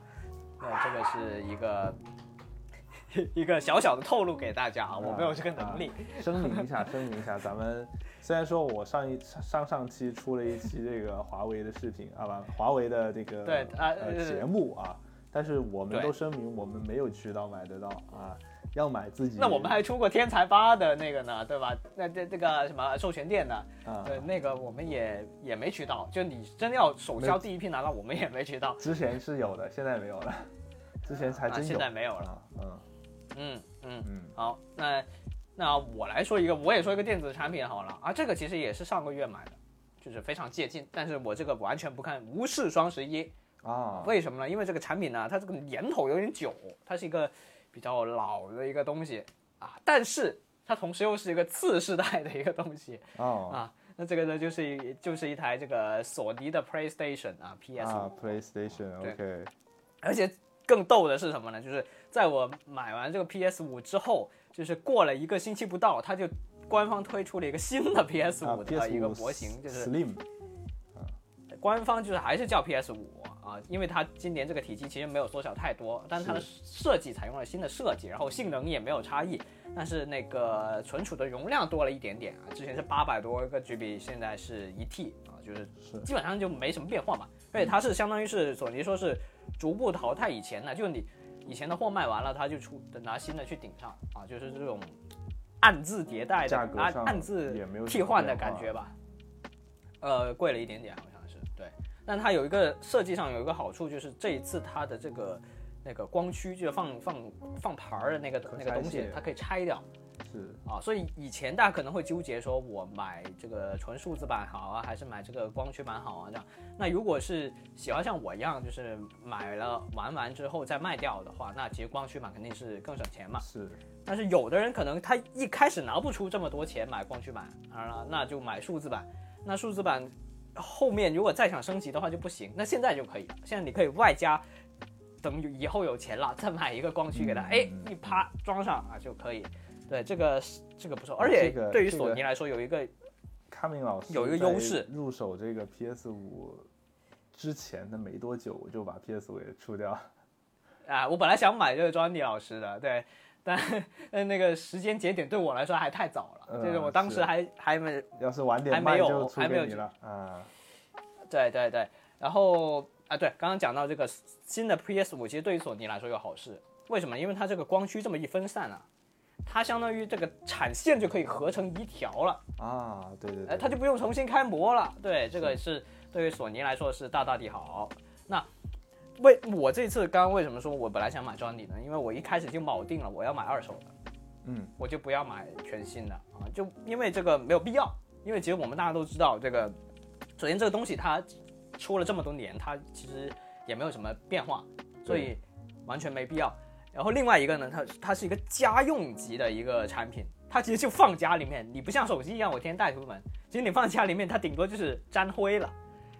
那这个是一个 一个小小的透露给大家啊，我没有这个能力。
声明一下，声明一下，咱们 虽然说我上一上上上期出了一期这个华为的视频啊，不，华为的这个
对啊
呃
呃
节目啊，但是我们
对
都声明我们没有渠道买得到啊，要买自己。
那我们还出过天才八的那个呢，对吧？那这这个什么授权店呢？
啊，
对，那个我们也也没渠道，就你真要首销第一批拿到，我们也没渠 道。
之前是有的，现在没有了，之前才
啊
真有，
现在没有了
啊，嗯
嗯嗯，
嗯，
好，那那我来说一个，我也说一个电子产品好了啊，这个其实也是上个月买的，就是非常接近，但是我这个完全不看，无视双十一，
啊，
为什么呢？因为这个产品呢，它这个年头有点久，它是一个比较老的一个东西啊，但是它同时又是一个次世代的一个东西，
哦
啊，那这个呢就是一就是一台这个索尼的 PlayStation 啊 PS
啊
五，对
，PlayStation，OK，
而且更逗的是什么呢？就是在我买完这个 PS 五之后，就是过了一个星期不到，它就官方推出了一个新的 PS
啊
五的
，PS
一个
五
模型，就是
Slim，
官方就是还是叫 PS 五啊，因为它今年这个体积其实没有缩小太多，但是它的设计采用了新的设计，然后性能也没有差异，但是那个存储的容量多了一点点啊，之前是八百多个 GB，现在是一 T 啊，就是
是
基本上就没什么变化嘛。而且它是相当于是索尼说是逐步淘汰以前的，就你以前的货卖完了，它就出拿新的去顶上啊，就是这种暗自迭代的
价格
暗
上
暗自
也没有什么
替换的
变
感
化
觉吧。呃，贵了一点点，好像是对。但它有一个设计上有一个好处，就是这一次它的这个那个光驱，就是放放放牌儿的那个
可
那个
拆
东西
卸，
它可以拆掉，
是
啊，所以以前大家可能会纠结说，我买这个纯数字版好啊，还是买这个光驱版好啊？这样，那如果是喜欢像我一样，就是买了玩完之后再卖掉的话，那其实光驱版肯定是更省钱嘛。
是，
但是有的人可能他一开始拿不出这么多钱买光驱版，啊，那就买数字版。那数字版后面如果再想升级的话就不行，那现在就可以，现在你可以外加，等以后有钱了再买一个光驱给
嗯
他，哎、一啪装上啊就可以。对，这个是这个不错，而且
这个
对于
这
索
个
尼来说有一个
卡明老师
有一个优势
在入手这个 PS 五之前的没多久，我就把 PS 五给出掉了。
啊，我本来想买这个 Johnny 老师的，对，但但 那个时间节点对我来说还太早了，
嗯
就是我当时
是
还还没
要是晚点
还没
卖
有
就出
还没有
给你了啊！
对对对，然后啊，对，刚刚讲到这个新的 PS 五，其实对于索尼来说有好事，为什么？因为它这个光驱这么一分散啊，它相当于这个产线就可以合成一条了，
啊，对对
哎，
对，
它就不用重新开模了。对，这个是对于索尼来说是大大的好。那为我这次刚刚为什么说我本来想买专利呢？因为我一开始就铆定了我要买二手的。
嗯，
我就不要买全新的啊，就因为这个没有必要，因为其实我们大家都知道，这个首先这个东西它出了这么多年，它其实也没有什么变化，所以完全没必要。然后另外一个呢，它它是一个家用级的一个产品，它其实就放家里面，你不像手机一样我天天带出门，其实你放家里面，它顶多就是沾灰了，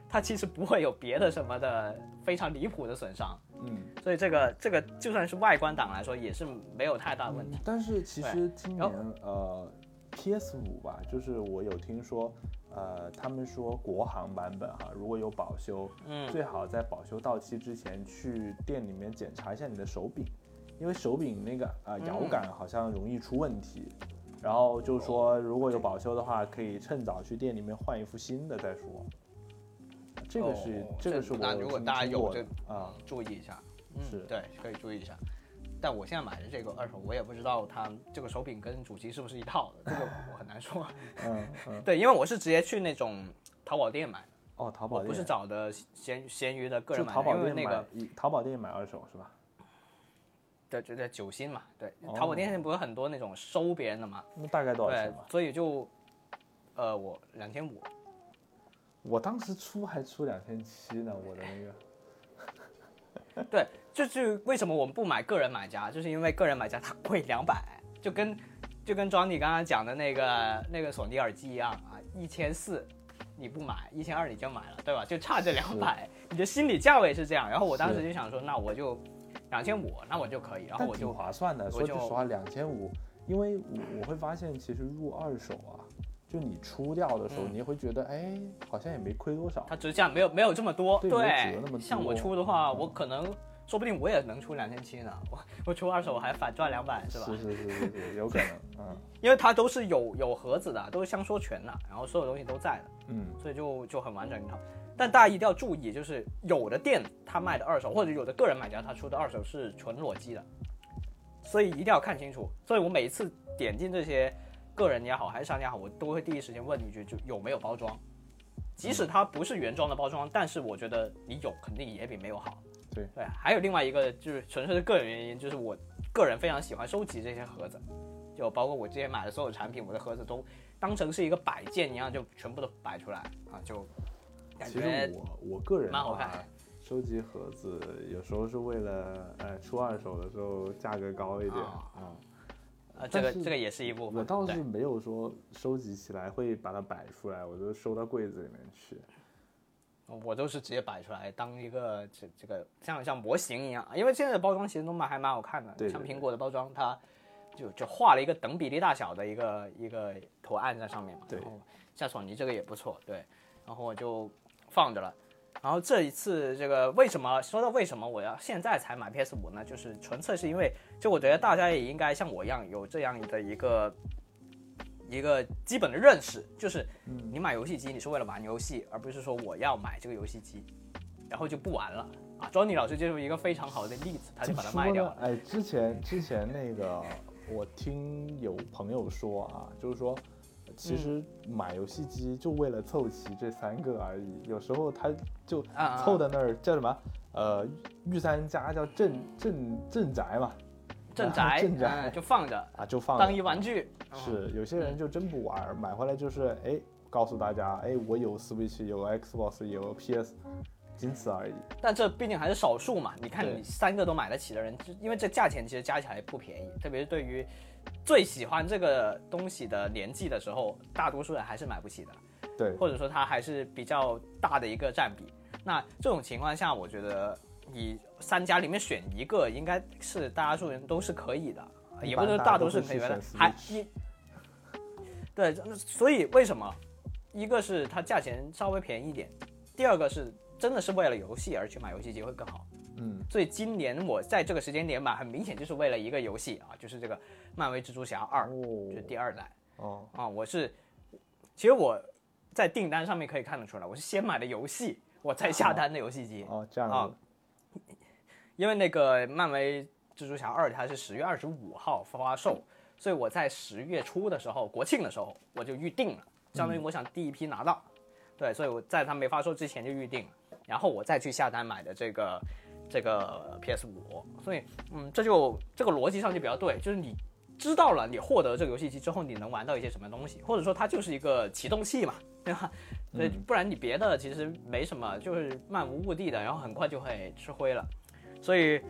它其实不会有别的什么的非常离谱的损伤，
嗯。
所以这个这个就算是外观党来说也是没有太大问题。
嗯但是其
对
实今
然
年
后
呃，PS 五吧，就是我有听说，呃，他们说国行版本哈、如果有保修，
嗯
最好在保修到期之前去店里面检查一下你的手柄，因为手柄那个呃摇
嗯
杆好像容易出问题。然后就
哦
说，如果有保修的话，可以趁早去店里面换一副新的再说。这个是、
哦
这个是我
那如果
听
大家
听
有
过
这
的啊，
注意一下，嗯，
是
对，可以注意一下。但我现在买的这个二手，我也不知道它这个手柄跟主机是不是一套的，这个我很难说。
嗯嗯，
对，因为我是直接去那种淘宝店买的，
哦，淘宝
我
店
不是找的闲闲鱼的个
就
人买
淘
的，
宝
因为
店
那
买，
个
淘宝店买二手是吧？
对对对九星嘛，对，
哦
淘宝店现在不是很多那种收别人的嘛，
那大概多少
对
钱吧，？
所以就呃我两千五，
我当时出还出两千七呢，我的那个
对，就是为什么我们不买个人买家，就是因为个人买家它贵两百，就跟就跟 Johnny 刚刚讲的那个那个索尼耳机一样啊，一千四你不买，一千二你就买了，对吧？就差这两百，你的心理价位是这样。然后我当时就想说，那我就两千五，那我就可以，然后
但
我
挺
就
划算的。说句
就
实话，两千五，因为我我会发现，其实入二手啊，就你出掉的时候，
嗯
你会觉得，哎，好像也没亏多少。
它折价没有没有这么多，
对没有折那么多
像我出的话，
嗯
我可能说不定我也能出两千七呢， 我我出二手还反赚两百，是吧？
是是是是是，有可能，嗯
因为它都是有有盒子的，都是相说全的，然后所有东西都在的。
嗯，
所以就就很完整一套。但大家一定要注意，就是有的店他卖的二手，或者有的个人买家他出的二手是纯裸机的，所以一定要看清楚。所以我每一次点进这些个人也好，还是商家也好，我都会第一时间问一句，就有没有包装。即使它不是原装的包装，但是我觉得你有肯定也比没有好。
对
对，还有另外一个就是纯粹是个人原因，就是我个人非常喜欢收集这些盒子，就包括我之前买的所有产品，我的盒子都当成是一个摆件一样，就全部都摆出来啊，就感
其
觉
实我我个人的
蛮好看
话，收集盒子有时候是为了，呃，出二手的时候价格高一点
啊
啊。
呃，这个
但是
这个也是一部分。
我倒是
对
没有说收集起来会把它摆出来，我都收到柜子里面去。
我都是直接摆出来当一个这这个像像模型一样，因为现在的包装其实都蛮还蛮好看的，
对对
像
对
苹果的包装，它就就画了一个等比例大小的一个一个图案在上面嘛。
对
然后像索尼这个也不错，对，然后我就放着了。然后这一次这个为什么说到为什么我要现在才买 PS 五呢？就是纯粹是因为，就我觉得大家也应该像我一样有这样的一个一个基本的认识，就是
嗯
你买游戏机，你是为了玩游戏，而不是说我要买这个游戏机，然后就不玩了啊。Johnny 老师就是一个非常好的例子，他就
怎
把
么
它
说
卖掉
呢
了。
哎，之前之前那个，我听有朋友说啊，就是说，
嗯
其实买游戏机就为了凑齐这三个而已，有时候他就
啊啊嗯
凑在那儿叫什么？呃，御三家叫镇镇镇宅嘛，
镇宅，
镇宅
哎就放着
啊，就放着
当一玩嗯具。啊
是有些人就真不玩儿，买回来就是哎，告诉大家哎，我有 Switch，有 Xbox，有 PS，仅此而已。
但这毕竟还是少数嘛。你看，
对
你三个都买得起的人，就因为这价钱其实加起来不便宜，特别是对于最喜欢这个东西的年纪的时候，大多数人还是买不起的，
对，
或者说它还是比较大的一个占比。那这种情况下，我觉得你三家里面选一个，应该是大多数人都是可以的，
一
也
般
不是
大
大
家
多
都
数
会
人可
去
以的，
选
还
Switch
一对，那所以为什么？一个是它价钱稍微便宜一点，第二个是真的是为了游戏而去买游戏机会更好。
嗯，
所以今年我在这个时间点买，很明显就是为了一个游戏啊，就是这个《漫威蜘蛛侠二》，就是第二代
哦，
啊。我是，其实我在订单上面可以看得出来，我是先买的游戏，我才下单的游戏机，
哦，这样
啊
子，
因为那个《漫威蜘蛛侠二》它是十月二十五号发售，所以我在十月初的时候，国庆的时候我就预定了，相当于我想第一批拿到，对，所以我在它没发售之前就预定了，然后我再去下单买的这个这个 PS 五，所以嗯，这就这个逻辑上就比较对，就是你知道了你获得这个游戏机之后，你能玩到一些什么东西，或者说它就是一个启动器嘛，对吧？对，不然你别的其实没什么，就是漫无目的的，然后很快就会吃灰了。所以，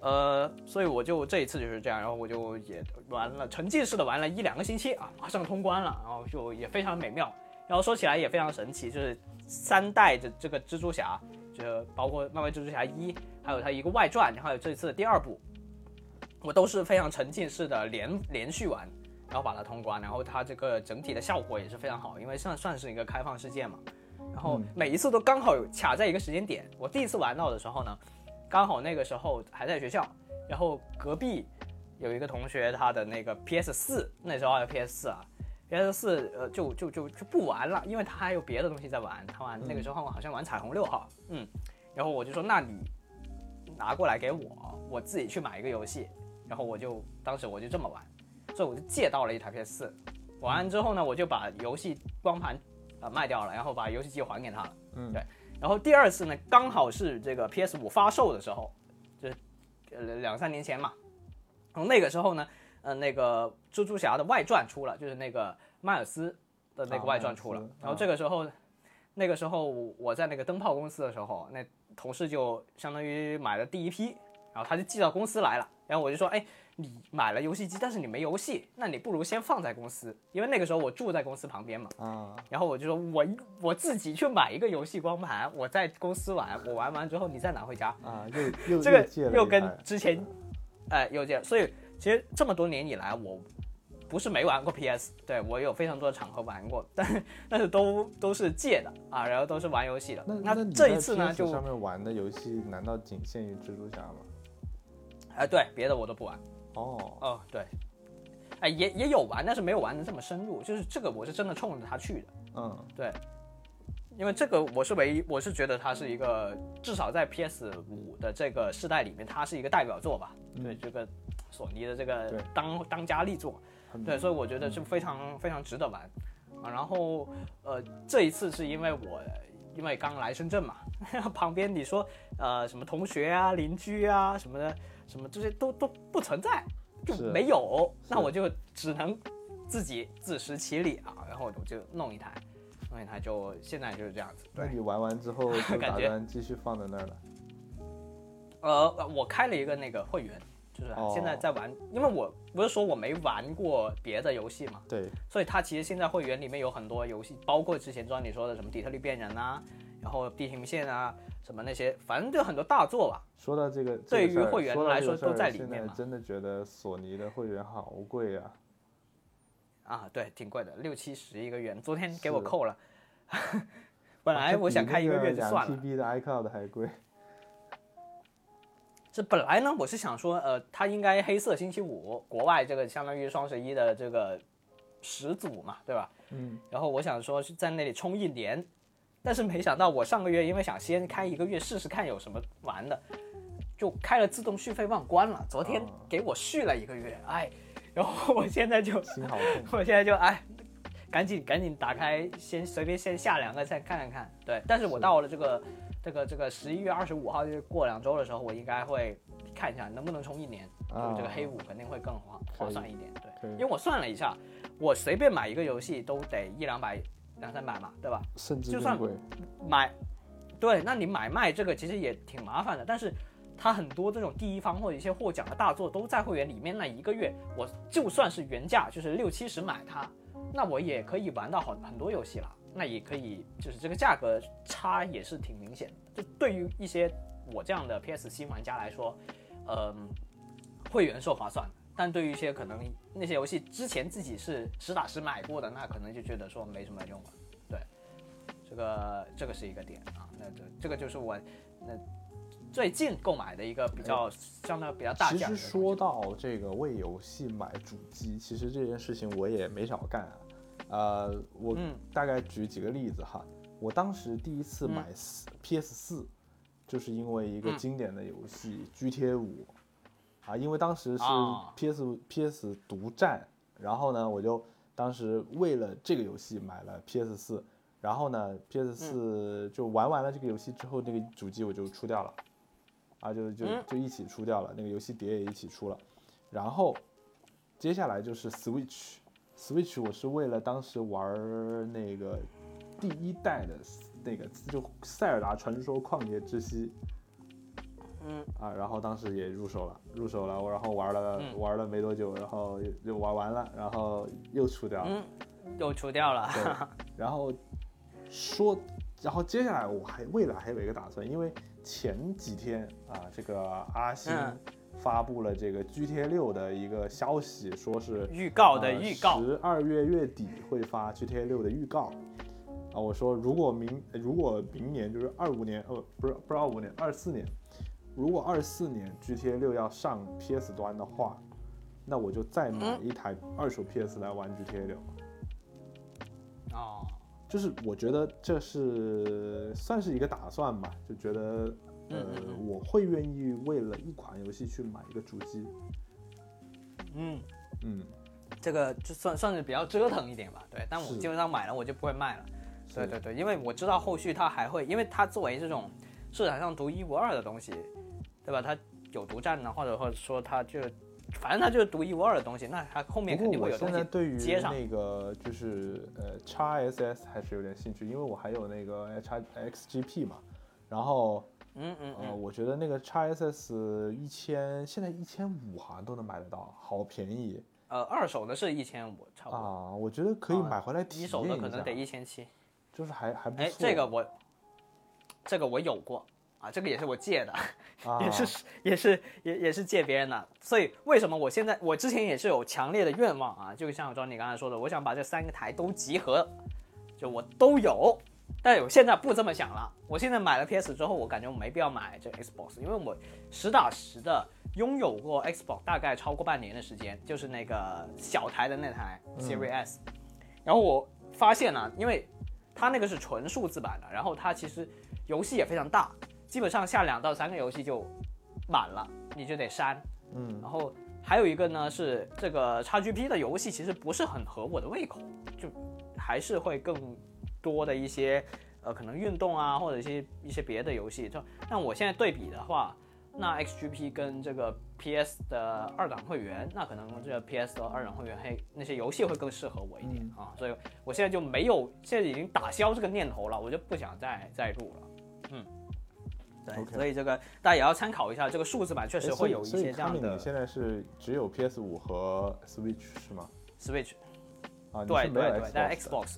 呃，所以我就这一次就是这样，然后我就也玩了沉浸式的玩了一两个星期啊，马上通关了，然后就也非常美妙。然后说起来也非常神奇，就是三代的这个蜘蛛侠，就是包括漫威蜘蛛侠一，还有它一个外传，还有这次的第二部，我都是非常沉浸式的连连续玩，然后把它通关，然后它这个整体的效果也是非常好，因为算算是一个开放世界嘛。然后每一次都刚好有卡在一个时间点，我第一次玩到的时候呢，刚好那个时候还在学校，然后隔壁有一个同学，他的那个 PS 四，那时候还有 PS 四啊，PS 四呃就就就就不玩了，因为他还有别的东西在玩，他玩那个时候好像玩彩虹六号，嗯，然后我就说那你拿过来给我，我自己去买一个游戏，然后我就当时我就这么玩，所以我就借到了一台 PS 四，玩完之后呢，我就把游戏光盘啊卖掉了，然后把游戏机还给他了，
嗯
对。然后第二次呢，刚好是这个 PS 五发售的时候，就是呃两三年前嘛。然后那个时候呢，呃，那个蜘蛛侠的外传出了，就是那个迈尔斯的那个
啊
外传出了。
迈尔斯
然后这个时候，那个时候我在那个灯泡公司的时候，那同事就相当于买了第一批，然后他就寄到公司来了。然后我就说，哎，你买了游戏机，但是你没游戏，那你不如先放在公司，因为那个时候我住在公司旁边嘛。
啊，
然后我就说我我自己去买一个游戏光盘，我在公司玩，我玩完之后你再拿回家。
啊，又又
这
又
个
借了
又
一
跟
台
之前，哎、又这样，所以其实这么多年以来，我不是没玩过 PS，对我有非常多的场合玩过，但是但是都都是借的啊，然后都是玩游戏的。
那
那
你
这
在
一次呢，
PS
就
上面玩的游戏难道仅限于蜘蛛侠吗？
哎、对别的我都不玩。
哦，
哦，对，哎、也也有玩，但是没有玩的这么深入，就是这个我是真的冲着它去的。
嗯，
对，因为这个我是唯一，我是觉得它是一个至少在 PS 五的这个世代里面，它是一个代表作吧。
嗯
对，这个索尼的这个
对嗯
当当家力作，对，所以我觉得是非常非常值得玩啊。然后呃，这一次是因为我因为刚来深圳嘛， 旁边你说呃什么同学啊、邻居啊什么的，什么这些都都不存在，就是没有，那
是
我就只能自己自食其力啊。然后我就弄一台，弄一台就现在就是这样子。
那你玩完之 后就
感
打
觉
算继续放在那儿了？
呃，我开了一个那个会员，就是
哦
现在在玩，因为我不是说我没玩过别的游戏嘛，
对，
所以它其实现在会员里面有很多游戏，包括之前专你说的什么《底特律变人》啊，然后《地平线》啊，什么那些，反正就很多大作吧。
说到这个，这个
对于
事儿
会员
到
来
这
说
个
都
事儿
在里
现
面
在
嘛
真的觉得索尼的会员好贵啊！
啊，对，挺贵的，六七十一个月，昨天给我
是
扣了。 本
哇
来
这
我
比
想开
那
一个
个
月就算了
2，TB 的 iCloud 还贵。
这本来呢，我是想说，呃，它应该黑色星期五，国外这个相当于双十一的这个始祖嘛，对吧？
嗯，
然后我想说是在那里充一年，但是没想到我上个月因为想先开一个月试试看有什么玩的，就开了自动续费忘关了。昨天
哦
给我续了一个月，哎，然后我现在就
心好痛
我现在就哎，赶紧赶紧打开，先随便先下两个再看看看。对，但是我到了这个这个这个十一月二十五号，就是过两周的时候，我应该会看一下能不能充一年，
啊
就这个黑五肯定会更划
可以
划算一点。
可
对
以，
因为我算了一下，我随便买一个游戏都得一两百、两三百嘛，对吧？
甚至
就
更
算
贵。
买，对，那你买卖这个其实也挺麻烦的，但是它很多这种第一方或者一些获奖的大作都在会员里面，那一个月我就算是原价就是六七十买它，那我也可以玩到很很多游戏了，那也可以就是这个价格差也是挺明显的，就对于一些我这样的 PS 新玩家来说，嗯、会员是划算的。但对于一些可能那些游戏之前自己是实打实买过的，那可能就觉得说没什么用了。这个这个是一个点啊，那这这个就是我那最近购买的一个比较相当比较大
其
件的
实
东西。
说到这个为游戏买主机，其实这件事情我也没少干啊。呃，我
嗯
大概举几个例子哈。我当时第一次
嗯
买四 PS 四，就是因为一个
嗯
经典的游戏《GTA 五》啊，因为当时是
啊
PS、PS 独占，然后呢，我就当时为了这个游戏买了 PS 四，然后呢，PS
嗯
四就玩完了这个游戏之后，那个主机我就出掉了，啊，就就
嗯
就一起出掉了，那个游戏碟也一起出了，然后接下来就是 Switch。Switch 我是为了当时玩儿那个第一代的那个就《塞尔达传说：旷野之息》
嗯
啊，然后当时也入手了，入手了，我然后玩了、
嗯
玩了没多久，然后又又玩完了，然后又出掉了，
嗯，又除掉了。
对，然后说，然后接下来我还未来还有一个打算，因为前几天啊，这个阿星
嗯
发布了这个 GTA 六的一个消息，说是呃
预告的预告
十二、12月月底会发 GTA 六的预告。啊，我说如果明呃如果明年就是二五年，呃，不是不是二五年，二四年，如果二四年 GTA 六要上 PS 端的话，那我就再买
嗯
一台二手 PS 来玩 GTA 六。
哦，
就是我觉得这是算是一个打算吧，就觉得
嗯
呃
嗯嗯
我会愿意为了一款游戏去买一个主机，
嗯，
嗯，
这个就算算是比较折腾一点吧，对。但我
是
基本上买了我就不会卖了。
是
对对对，因为我知道后续它还会，因为它作为这种市场上独一无二的东西，对吧？它有独占呢，或者或者说它就，反正它就是独一无二的东西，那它后面
不
肯
过
定会
我
有东
现在
西
对于
接上。
那个就是呃 x SS 还是有点兴趣，因为我还有那个 X XGP 嘛，然后
嗯嗯
呃
嗯，
我觉得那个 x SS 一千现在一千五好像都能买得到，好便宜
呃，二手的是一千五，差不多。
啊！我觉得可以
啊
买回来体
一
验
手的可
一
能得一
下，
千七。
就是还还不错。
哎，这个我，这个我有过啊，这个也是我借的，
啊
也是也是也也是借别人的。所以为什么我现在我之前也是有强烈的愿望啊，就像庄你刚才说的，我想把这三个台都集合，就我都有。但我现在不这么想了，我现在买了 PS 之后，我感觉我没必要买这 Xbox，因为我实打实的拥有过 Xbox 大概超过半年的时间，就是那个小台的那台 Series S，、然后我发现呢、因为它那个是纯数字版的，然后它其实游戏也非常大，基本上下两到三个游戏就满了，你就得删。
嗯
然后还有一个呢是这个 XGP 的游戏其实不是很合我的胃口，就还是会更多的一些呃可能运动啊或者一些一些别的游戏。就但我现在对比的话，那 XGP 跟这个 PS 的二档会员，那可能这个 PS 的二档会员还那些游戏会更适合我一点、
嗯
啊，所以我现在就没有，现在已经打消这个念头了，我就不想再再入了。嗯，对
OK
所以这个大家也要参考一下，这个数字版确
哎
实
所
会
以
有一
所以
些这样
Kami，
的
你现在是只有 PS 五和 Switch 是吗？
Switch，
啊，你
对
是没有
对对，但
Xbox 的
Xbox，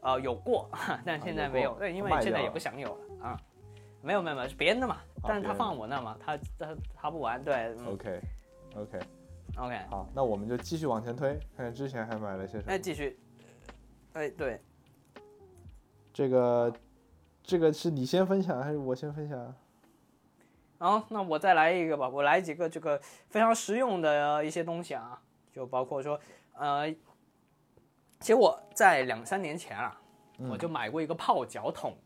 呃有过， 但现在没
啊有
有，
过
对，因为
卖掉
现在也
了啊
不想有了啊，没有没有没有，是别人的嘛，但是
别
他
人
放我那嘛，他他他不玩，对嗯
OK OK，
，OK，
好，那我们就继续往前推，看看之前还买了些什
那
么。
继续，哎对，
这个这个是你先分享还是我先分享？啊
然后那我再来一个吧，我来几个这个非常实用的一些东西啊，就包括说，呃，其实我在两三年前啊，我就买过一个泡脚桶，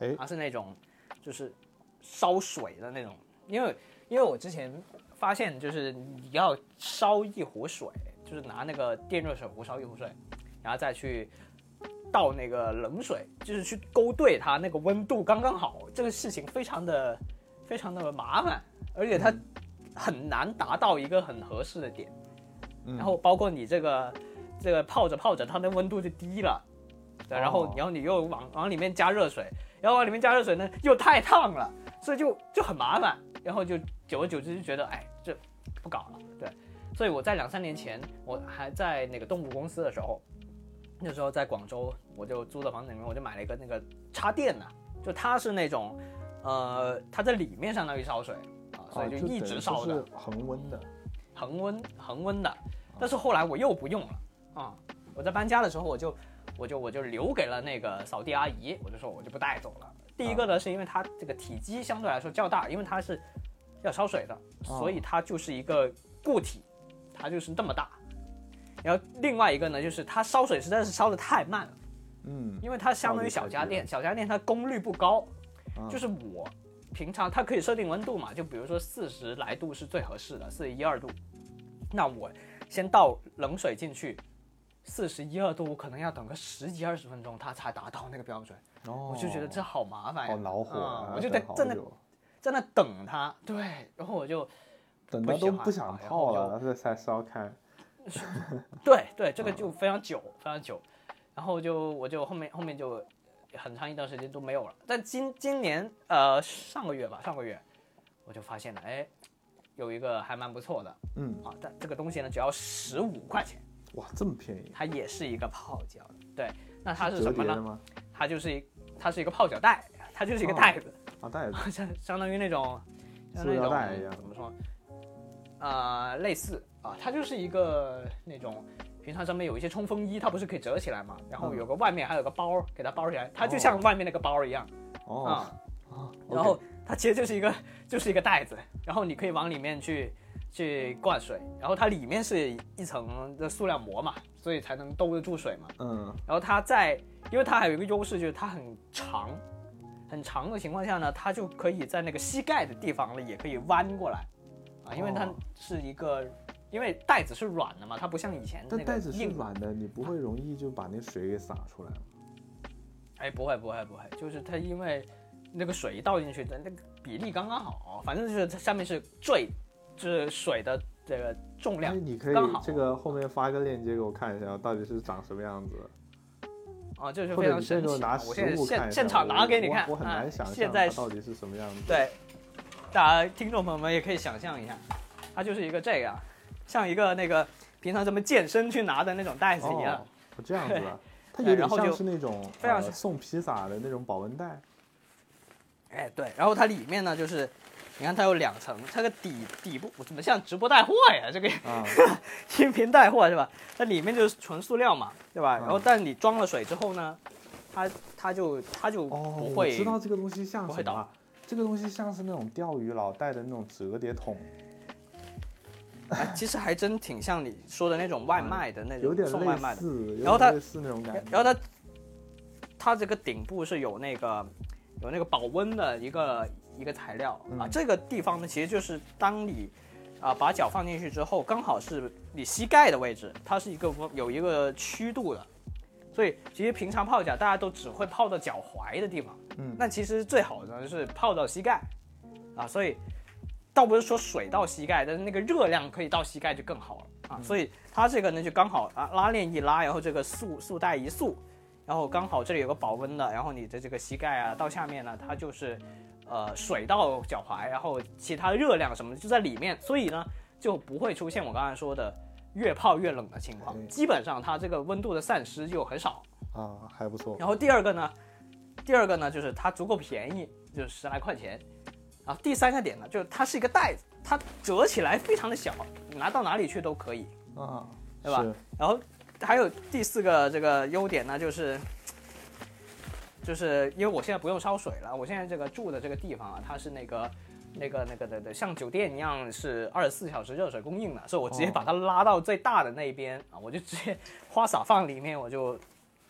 哎
它是那种就是烧水的那种，因为因为我之前发现就是你要烧一壶水，就是拿那个电热水壶烧一壶水，然后再去倒那个冷水，就是去勾兑它那个温度刚刚好，这个事情非常的非常的麻烦而且它很难达到一个很合适的点。
嗯
然后包括你这个这个泡着泡着，它的温度就低了，对，然后
哦
然后你又往往里面加热水，然后往里面加热水呢又太烫了，所以就就很麻烦，然后就久而久之就觉得哎这不搞了，对，所以我在两三年前我还在那个动物公司的时候，那时候在广州，我就租的房子里面我就买了一个那个插电的、就它是那种呃它在里面相当于烧水啊，
嗯
所以
啊
就
就等
一
于说
直烧着。
是恒温的，
恒温恒温的，但是后来我又不用了啊、我在搬家的时候我就我就我就留给了那个扫地阿姨，我就说我就不带走了。第一个呢，是因为它这个体积相对来说较大，因为它是要烧水的，所以它就是一个固体，它就是这么大。然后另外一个呢，就是它烧水实在是烧的太慢了，
嗯，
因为它相当于小家电，小家电它功率不高，
嗯
就是我平常它可以设定温度嘛，就比如说四十来度是最合适的，四十一二度，那我先倒冷水进去，四十一二度，我可能要等个十几二十分钟它才达到那个标准，
哦
我就觉得这好麻烦呀，
好恼火啊
嗯，我就在
等好
在那
久
在那等它，对，然后我就
等到都不想泡
然
了，
后
然后再烧开，
对对，这个就非常久，非常久。然后就我就后面后面就很长一段时间都没有了。但今今年呃上个月吧，上个月我就发现了，哎，有一个还蛮不错的
嗯，
啊，但这个东西呢只要十五块钱，
哇，这么便宜，
它也是一个泡脚。对，那它是
折
什
叠的
么呢？
吗？
它就是一它是一个泡脚袋，它就是一个
哦
袋子，
啊，袋子，
相相当于那种像
塑
那
料
种
袋一样
怎么说？呃，类似啊，它就是一个那种平常上面有一些冲锋衣，它不是可以折起来嘛？然后
嗯
有个外面还有个包，给它包起来，它就像外面那个包一样
哦
啊，。
OK
哦
然后它其实就是一个就是一个袋子，然后你可以往里面去去灌水，然后它里面是一层的塑料膜嘛，所以才能兜得住水嘛。
嗯，
然后它在，因为它还有一个优势就是它很长，很长的情况下呢，它就可以在那个膝盖的地方呢也可以弯过来，啊，因为它
哦
是一个，因为袋子是软的嘛，它不像以前那
但
个
袋子是
硬
软的，你不会容易就把那水给洒出来吗
哎，不会不会不会，就是它因为那个水一倒进去，它那个比例刚刚好，反正就是它下面是坠，就是水的这个重
但
量
是哎你可以
刚好
这个后面发个链接给我看一下，到底是长什么样子。
啊，这是
或
非
者
常
你现在
神
就
奇的。啊
拿实
我现在
物看
现
一下
现场拿给你
我
看，
我我很
啊
难想象
现在
它到底是什么样子。
对，大家听众朋友们也可以想象一下，它就是一个这个，啊像一个那个平常咱们健身去拿的那种袋子一样。
哦，这样子 啊，它
对
有
然
点
后
像
就是
那种
非常
呃
像
送披萨的那种保温 袋。
哎，对，然后它里面呢就是，你看它有两层，它个底底部我怎么像直播带货呀？这个
啊
音频带货是吧？它里面就是纯塑料嘛，对
嗯
吧？然后但你装了水之后呢，它它就它就
哦，
不
我
会、
知道这个东西像
不
什
会
么
倒
啊，这个东西像是那种钓鱼佬带的那种折叠桶，
哎，其实还真挺像你说的那种外卖的那
有
种
点
送外
类
卖的。
似，有
然后
点
它
类似那种感觉。
然后它它这个顶部是有那个有那个保温的一个一个材料啊，这个地方呢其实就是当你啊把脚放进去之后，刚好是你膝盖的位置，它是一个温有一个曲度的。所以其实平常泡脚，大家都只会泡到脚踝的地方，嗯，那其实最好呢是泡到膝盖，啊，所以倒不是说水到膝盖，但是那个热量可以到膝盖就更好了啊。所以它这个呢就刚好啊拉链一拉，然后这个束束带一束，然后刚好这里有个保温的，然后你的这个膝盖啊到下面呢，它就是呃水到脚踝，然后其他热量什么的就在里面，所以呢就不会出现我刚才说的越泡越冷的情况
哎，
基本上它这个温度的散失就很少。
啊，还不 错。
然后第二个呢，第二个呢就是它足够便宜，就是十来块钱。啊，第三个点呢，就是它是一个袋子，它折起来非常的小，你拿到哪里去都可以。
啊，
对吧
是？
然后还有第四个这个优点呢，就是就是因为我现在不用烧水了，我现在这个住的这个地方啊，它是那个。那个、那个的的，像酒店一样是二十四小时热水供应的，所以我
哦
直接把它拉到最大的那一边、啊，我就直接花洒放里面，我就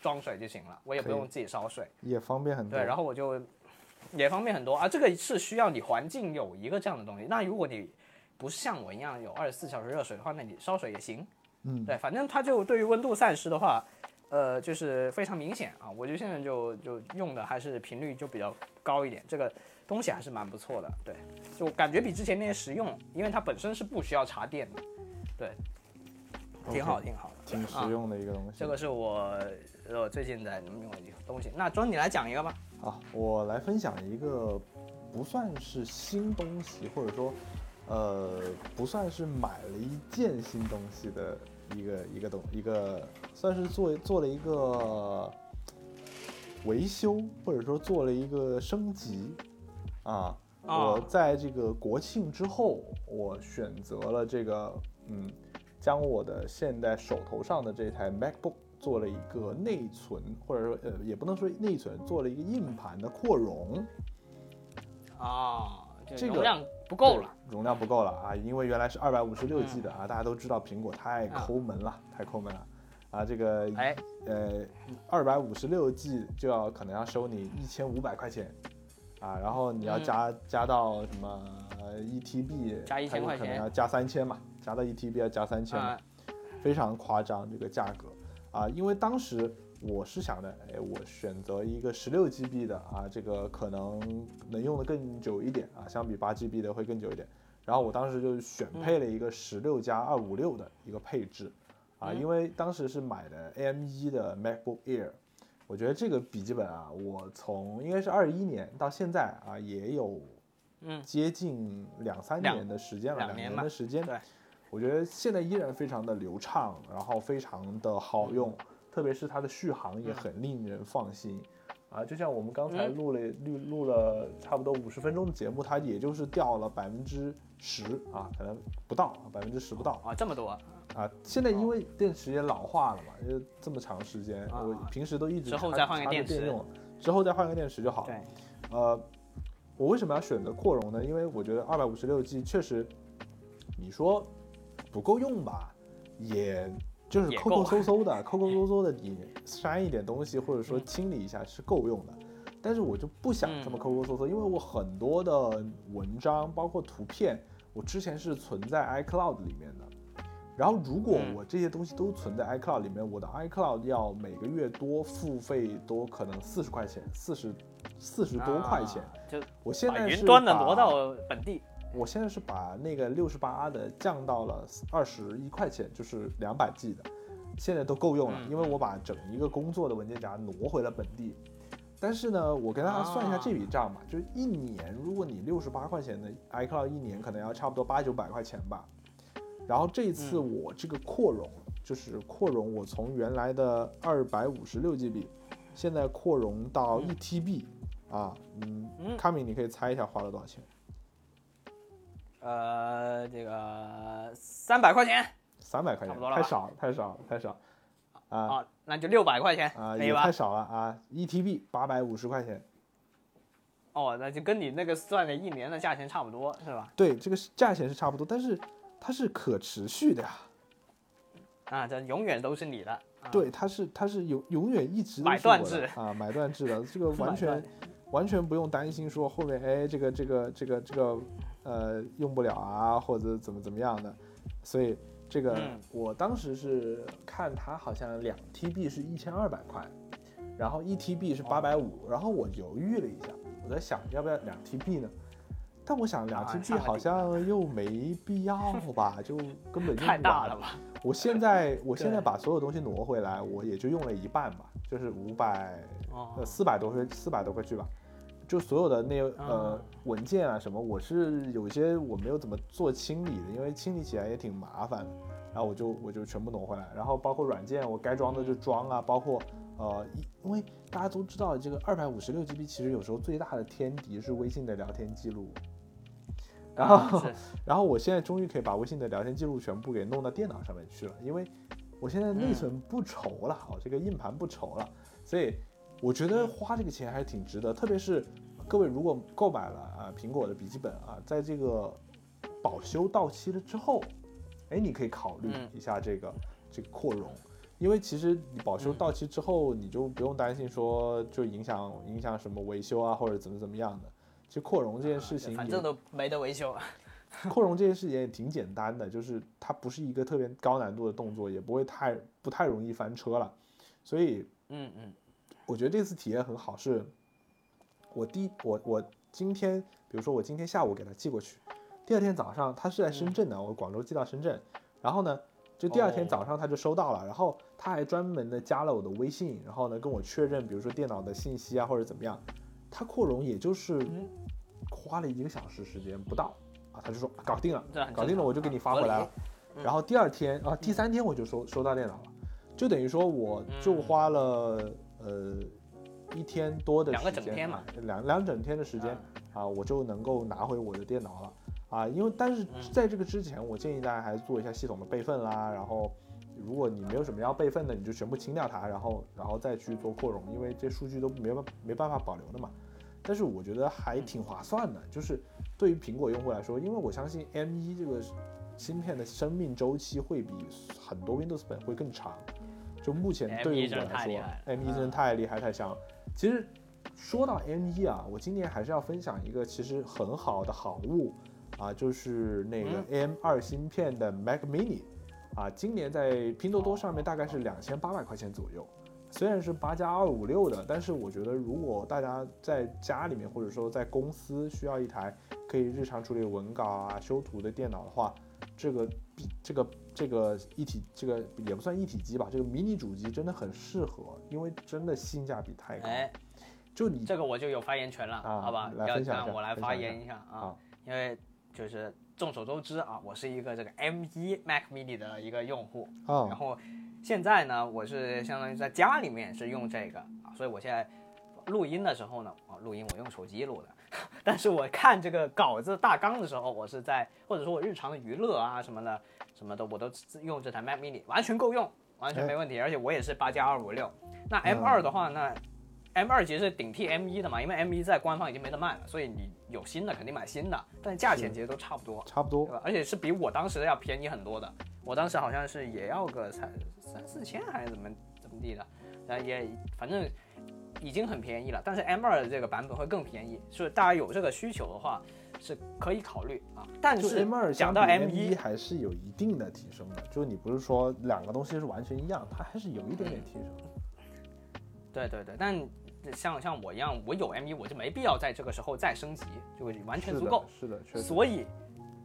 装水就行了，我也不
可以
用自己烧水。
也方便
嗯
很多。
对，然后我就也方便很多啊。这个是需要你环境有一个这样的东西。那如果你不是像我一样有二十四小时热水的话，那你烧水也行。嗯，对，反正它就对于温度散失的话，呃，就是非常明显啊。我就现在就就用的还是频率就比较高一点，这个东西还是蛮不错的，对，就感觉比之前那些实用，因为它本身是不需要插电的，对，挺好
OK
挺好的，
挺
啊
实用的一个东西。
这个是我呃最近在用的一个东西。那庄你来讲一个吧。
啊，我来分享一个不算是新东西，或者说，呃，不算是买了一件新东西的一个一个东一个，算是做做了一个呃维修，或者说做了一个升级啊。
啊
我在这个国庆之后，我选择了这个，嗯，将我的现在手头上的这台 MacBook 做了一个内存，或者说呃，也不能说内存，做了一个硬盘的扩容。
啊，
这
就
个
容量不够了。
对，容量不够了啊，因为原来是二百五十六
嗯
G 的啊，大家都知道苹果太
啊
抠门了，太抠门了。啊，这个
哎，
呃，二百五十六 G 就要可能要收你一千五百块钱，啊，然后你要
嗯
加、加到什么 E 一 TB，
加1000块
可能
钱
要加三千嘛，加到一 TB 要加三千嘛，
嗯
非常夸张这个价格啊，因为当时我是想的，哎，我选择一个十六 GB 的啊，这个可能能用的更久一点啊，相比八 GB 的会更久一点。然后我当时就选配了一个十六加二五六的一个配置啊，
嗯
因为当时是买的 AM 一的 MacBook Air。我觉得这个笔记本啊，我从应该是二一年到现在啊，也有
嗯
接近两三
两
年的时间了，
两
两
年
年
吧
的时间。
对
我觉得现在依然非常的流畅，然后非常的好
嗯
用，特别是它的续航也很令人放心。啊，就像我们刚才
嗯
录了录录了差不多五十分钟的节目，它也就是掉了百分之十啊，可能不到百分之十不到
啊，这么多
啊。现在因为电池也老化了嘛，就这么长时间，
哦啊
我平时都一直
之后
插
再换个
插着
电池
用，之后再换个电池就好了。
对，
呃，我为什么要选择扩容呢？因为我觉得二百五十六 G 确实，你说不够用吧，也就是
也
抠
够
抠搜 搜的，抠抠搜搜的，你删一点东西或者
嗯
说清理一下是够用的。但是我就不想这么抠抠搜搜，因为我很多的文章包括图片，我之前是存在 iCloud 里面的。然后，如果
嗯
我这些东西都存在 iCloud 里面，我的 iCloud 要每个月多付费多可能四十块钱，四十四十多块钱。
啊就
我现
把
在
云
是
端的
把
挪到本地。
我现在是把那个六十八的降到了二十一块钱，就是两百 G 的，现在都够用了，
嗯
因为我把整一个工作的文件夹挪回了本地。但是呢，我给大家算一
啊
下这笔账吧，就是一年，如果你六十八块钱的 iCloud 一年可能要差不多八九百块钱吧。然后这一次
嗯
我这个扩容，就是扩容，我从原来的二百五十六 GB，现在扩容到一 TB，、啊，嗯，
嗯
卡米，你可以猜一下花了多少钱？
呃，这个三百块钱
三百块
差
钱
不多，了吧
太少了，太少了，太少了啊
啊，那就六百块钱，
啊，
可以
也太
吧？
少了啊！一 TB 八百五十块钱，
哦，那就跟你那个算的一年的价钱差不多，是吧？
对，这个是价钱是差不多，但是它是可持续的呀，
啊，这永远都是你的。啊，
对，它是它是永永远一直都是
买断
我的
制
啊，买断制 的，这个完
买断
全完全不用担心说后面哎这个这个这个这个呃用不了啊，或者怎么怎么样的，所以这个、
嗯
我当时是看它好像两 TB 是一千二百块，然后一 TB 是八百
哦
五，然后我犹豫了一下，我在想要不要两 TB 呢？但我想两
啊
TB
上个
好
顶
像又没必要吧，就根本就
太
不
大
玩
了吧？
我现在我现在
对
把所有东西挪回来，我也就用了一半吧，就是五百
哦
呃，四百多块四百多块去吧，就所有的那呃
嗯
文件啊什么，我是有些我没有怎么做清理的，因为清理起来也挺麻烦的，然后我就我就全部挪回来，然后包括软件我该装的就
嗯
装啊，包括呃，因为大家都知道这个二百五十六 GB 其实有时候最大的天敌是微信的聊天记录，然后、
是
然后我现在终于可以把微信的聊天记录全部给弄到电脑上面去了，因为我现在内存不愁了，啊，这个硬盘不愁了，所以我觉得花这个钱还挺值得。特别是各位如果购买了啊苹果的笔记本啊，在这个保修到期了之后，哎，你可以考虑
嗯
一下这个、这个扩容。因为其实你保修
嗯
到期之后，你就不用担心说就影响影响什么维修啊，或者怎么怎么样的。其实扩容这件事情也，
啊反正都没得维修。
扩容这件事情也挺简单的，就是它不是一个特别高难度的动作，也不会太不太容易翻车了，所以
嗯嗯
我觉得这次体验很好，是我第一我我今天，比如说我今天下午给他寄过去，第二天早上他是在深圳的，我广州寄到深圳，然后呢，就第二天
嗯哦
早上他就收到了，然后他还专门的加了我的微信，然后呢跟我确认，比如说电脑的信息啊或者怎么样，他扩容也就是
嗯，
花了一个小时时间不到啊，他就说搞定了
这很，
搞
正
定了
常
我就给
啊
你发
合
回来
理嗯
了。然后第二天啊，第三天我就收收到电脑了，就等于说我
嗯
就花了呃一天多的
两个
时
整
间
天
啊
嘛嗯
两两整天的时间啊，我就能够拿回我的电脑了啊，因为但
嗯
是在这个之前，我建议大家还是做一下系统的备份啦，然后。如果你没有什么要备份的，你就全部清掉它，然后然后再去做扩容，因为这数据都没办没办法保留的嘛。但是我觉得还
嗯
挺划算的，就是对于苹果用户来说，因为我相信 M1 这个芯片的生命周期会比很多 Windows 本会更长。就目前
M1
对于我
真的
来
太厉
说
害了嗯
，M1 真的太厉害太强了。其实说到 M1 啊，我今年还是要分享一个其实很好的好物啊，就是那个
嗯
M2 芯片的 Mac Mini 啊，今年在拼多多上面大概是两千八百块钱左右。虽然是八加二五六的，但是我觉得如果大家在家里面或者说在公司需要一台可以日常处理文稿啊、修图的电脑的话，这个比这个这个一体这个也不算一体机吧，这个迷你主机真的很适合，因为真的性价比太高。
哎，
就你
这个我就有发言权了，
嗯啊
好吧？
来
要
分享一下
让我来
分享
发
一下
言一下啊
好，
因为就是众所周知啊，我是一个这个 M1 Mac Mini 的一个用户，
啊
然后现在呢，我是相当于在家里面是用这个啊，所以我现在录音的时候呢，啊，录音我用手机录的， 但是我看这个稿子大纲的时候，我是在或者说我日常的娱乐啊什么的，什么的我都自用这台 Mac Mini 完全够用，完全没问题，而且我也是八加二五六。那 M 二的话，那 M 二其实是顶替 M 一的嘛，因为 M 一在官方已经没得卖了，所以你有新的肯定买新的，但价钱其实都差不多。
差不多
对吧？而且是比我当时要便宜很多的，我当时好像是也要个三三四千还是怎么怎么地的，然后也反正已经很便宜了。但是 M 二的这个版本会更便宜，所以大家有这个需求的话是可以考虑啊。但
就是 M 二
讲到
M 一
1，
还是有一定的提升的，就是你不是说两个东西是完全一样，它还是有一点点提升。
对对对，但像像我一样，我有 M 一我就没必要在这个时候再升级，就完全
是
足
的
够。，
是的，确实。
所以，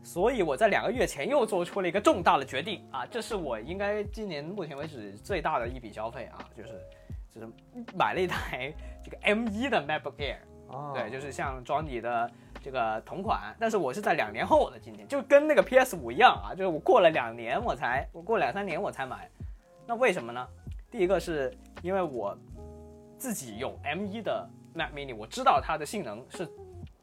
所以我在两个月前又做出了一个重大的决定啊，这是我应该今年目前为止最大的一笔消费啊，就是就是买了一台这个 M 1的 MacBook Air，、
啊，
对，就是像庄底的这个同款，但是我是在两年后的今天，就跟那个 PS 5一样啊，就是我过了两年我才，我过两三年我才买，那为什么呢？第一个是因为我自己有 M 1的 Mac Mini，我知道它的性能是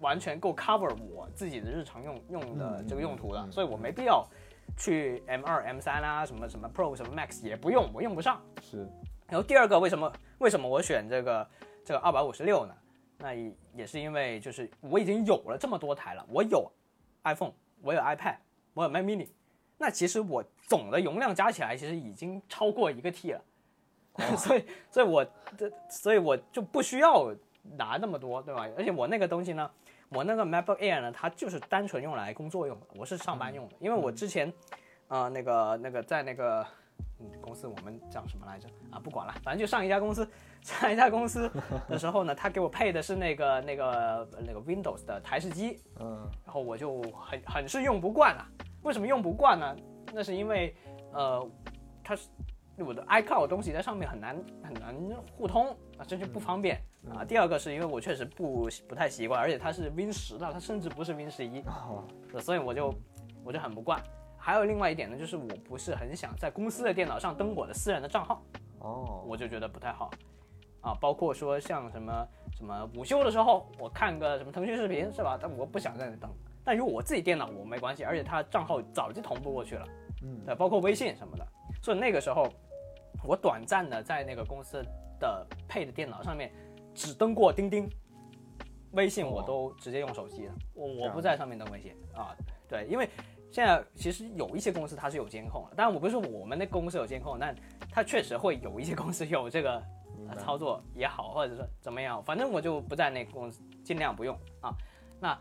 完全够 cover 我自己的日常用用的这个用途的，所以我没必要去 M 2 M 3啊，什么什么 Pro 什么 Max 也不用，我用不上。
是
然后第二个，为什么为什么我选这个这个二百五十六呢？那也也是因为就是我已经有了这么多台了，我有 iPhone，我有 iPad，我有 Mac Mini，那其实我总的容量加起来其实已经超过一个 T 了， 所以所以我这所以我就不需要拿那么多，对吧？而且我那个东西呢，我那个 MacBook Air 呢，它就是单纯用来工作用的，我是上班用的，因为我之前呃那个那个在那个。嗯，公司我们叫什么来着啊？不管了，反正就上一家公司， 上一家公司的时候呢，他给我配的是那个那个那个 Windows 的台式机，
嗯
然后我就很很是用不惯啊。为什么用不惯呢？那是因为呃，它是我的 iCloud 东西在上面很难很难互通啊，这就不方便、啊。第二个是因为我确实不不太习惯，而且它是 Win 十的，它甚至不是 Win 十一，
啊
所以我就我就很不惯。还有另外一点呢，就是我不是很想在公司的电脑上登我的私人的账号，
哦，
我就觉得不太好啊。包括说像什么什么午休的时候，我看个什么腾讯视频是吧？但我不想在那登。但如果我自己电脑我没关系，而且它账号早就同步过去了，
嗯
对，包括微信什么的。所以那个时候，我短暂的在那个公司的配的电脑上面只登过钉钉，微信我都直接用手机的，我
哦这
我
样
不在上面登微信啊。对，因为现在其实有一些公司它是有监控的，当然我不是说我们的公司有监控，但它确实会有一些公司有这个
明
呃
白
操作也好，或者说怎么样，反正我就不在那个公司，尽量不用啊。那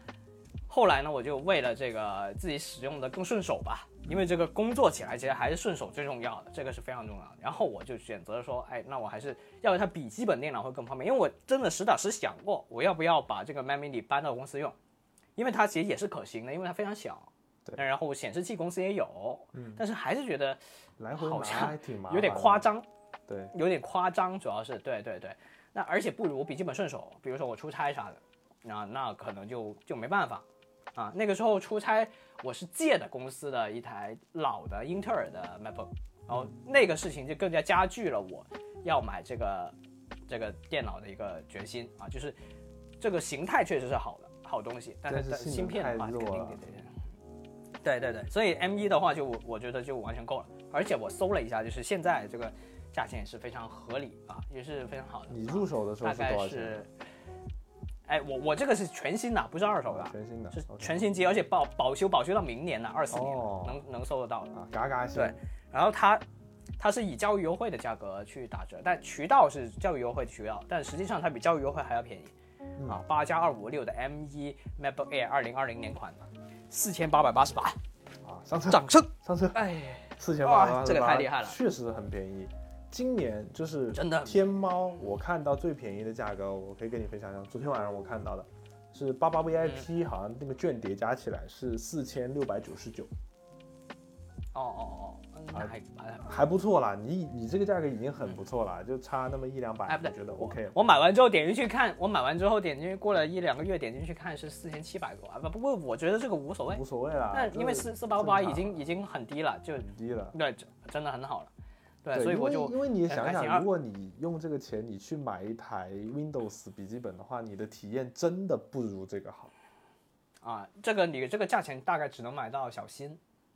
后来呢，我就为了这个自己使用的更顺手吧，因为这个工作起来其实还是顺手最重要的，这个是非常重要的。然后我就选择说，哎，那我还是要一台笔记本电脑会更方便，因为我真的实打实想过，我要不要把这个 Mac Mini 搬到公司用，因为它其实也是可行的，因为它非常小。
对
那然后显示器公司也有，但是还是觉得
来回
好
拿
像
还挺麻烦，
有点夸。张，
对，
有点夸张，主要是对对对。那而且不如笔记本顺手，比如说我出差啥的，那那可能就就没办法啊。那个时候出差，我是借的公司的一台老的英特尔的 MacBook，然后那个事情就更加加剧了我要买这个这个电脑的一个决心啊，就是这个形态确实是好的好东西，但
但
是
是
但
性能
芯片的话
太
肯
弱
定
了
得得。对对对，所以 M 1的话就我我觉得就完全够了，而且我搜了一下，就是现在这个价钱也是非常合理啊，也是非常好的。
你入手的时候
大
是多
概
少钱？
是，哎，我我这个是全新的，不是二手的，
啊全新的，
是
OK
全新机，而且保保修保修到明年的二四年的，
哦
能能搜得到的。
啊，嘎嘎新
对，然后它它是以教育优惠的价格去打折，但渠道是教育优惠渠道，但实际上它比教育优惠还要便宜。
嗯
啊，八加二五六的 M 1 MacBook Air 二零二零年款的，四千八百八十八，
啊，上车
掌声！
上车，
哎，
四千
哇
八，
这个太厉害了
确实很便宜。今年就是
真的
天猫，我看到最便宜的价格，我可以跟你分享一下。昨天晚上我看到的是八
嗯
八 VIP，、好像那个券叠加起来是四千六百九十九，
哦哦哦，那还
还不错啦。你你这个价格已经很不错啦，就差那么一两百，
哎不
我
对
觉得 OK。
我买完之后点进去看，我买完之后点进去，过了一两个月点进去看是四千七百多啊，不不过我觉得这个无所谓
无，所谓啦，
但
就是
哎因为四四八八已
正常
经已经很低了，就
很低了。
对，真真的很好了，对，所以
因
我
为
就
因为你
很
想
开
想
心，而
如果你用这个钱你去买一台 Windows 笔记本的话，你的体验真的不如这个好。
啊，这个你这个价钱大概只能买到小新，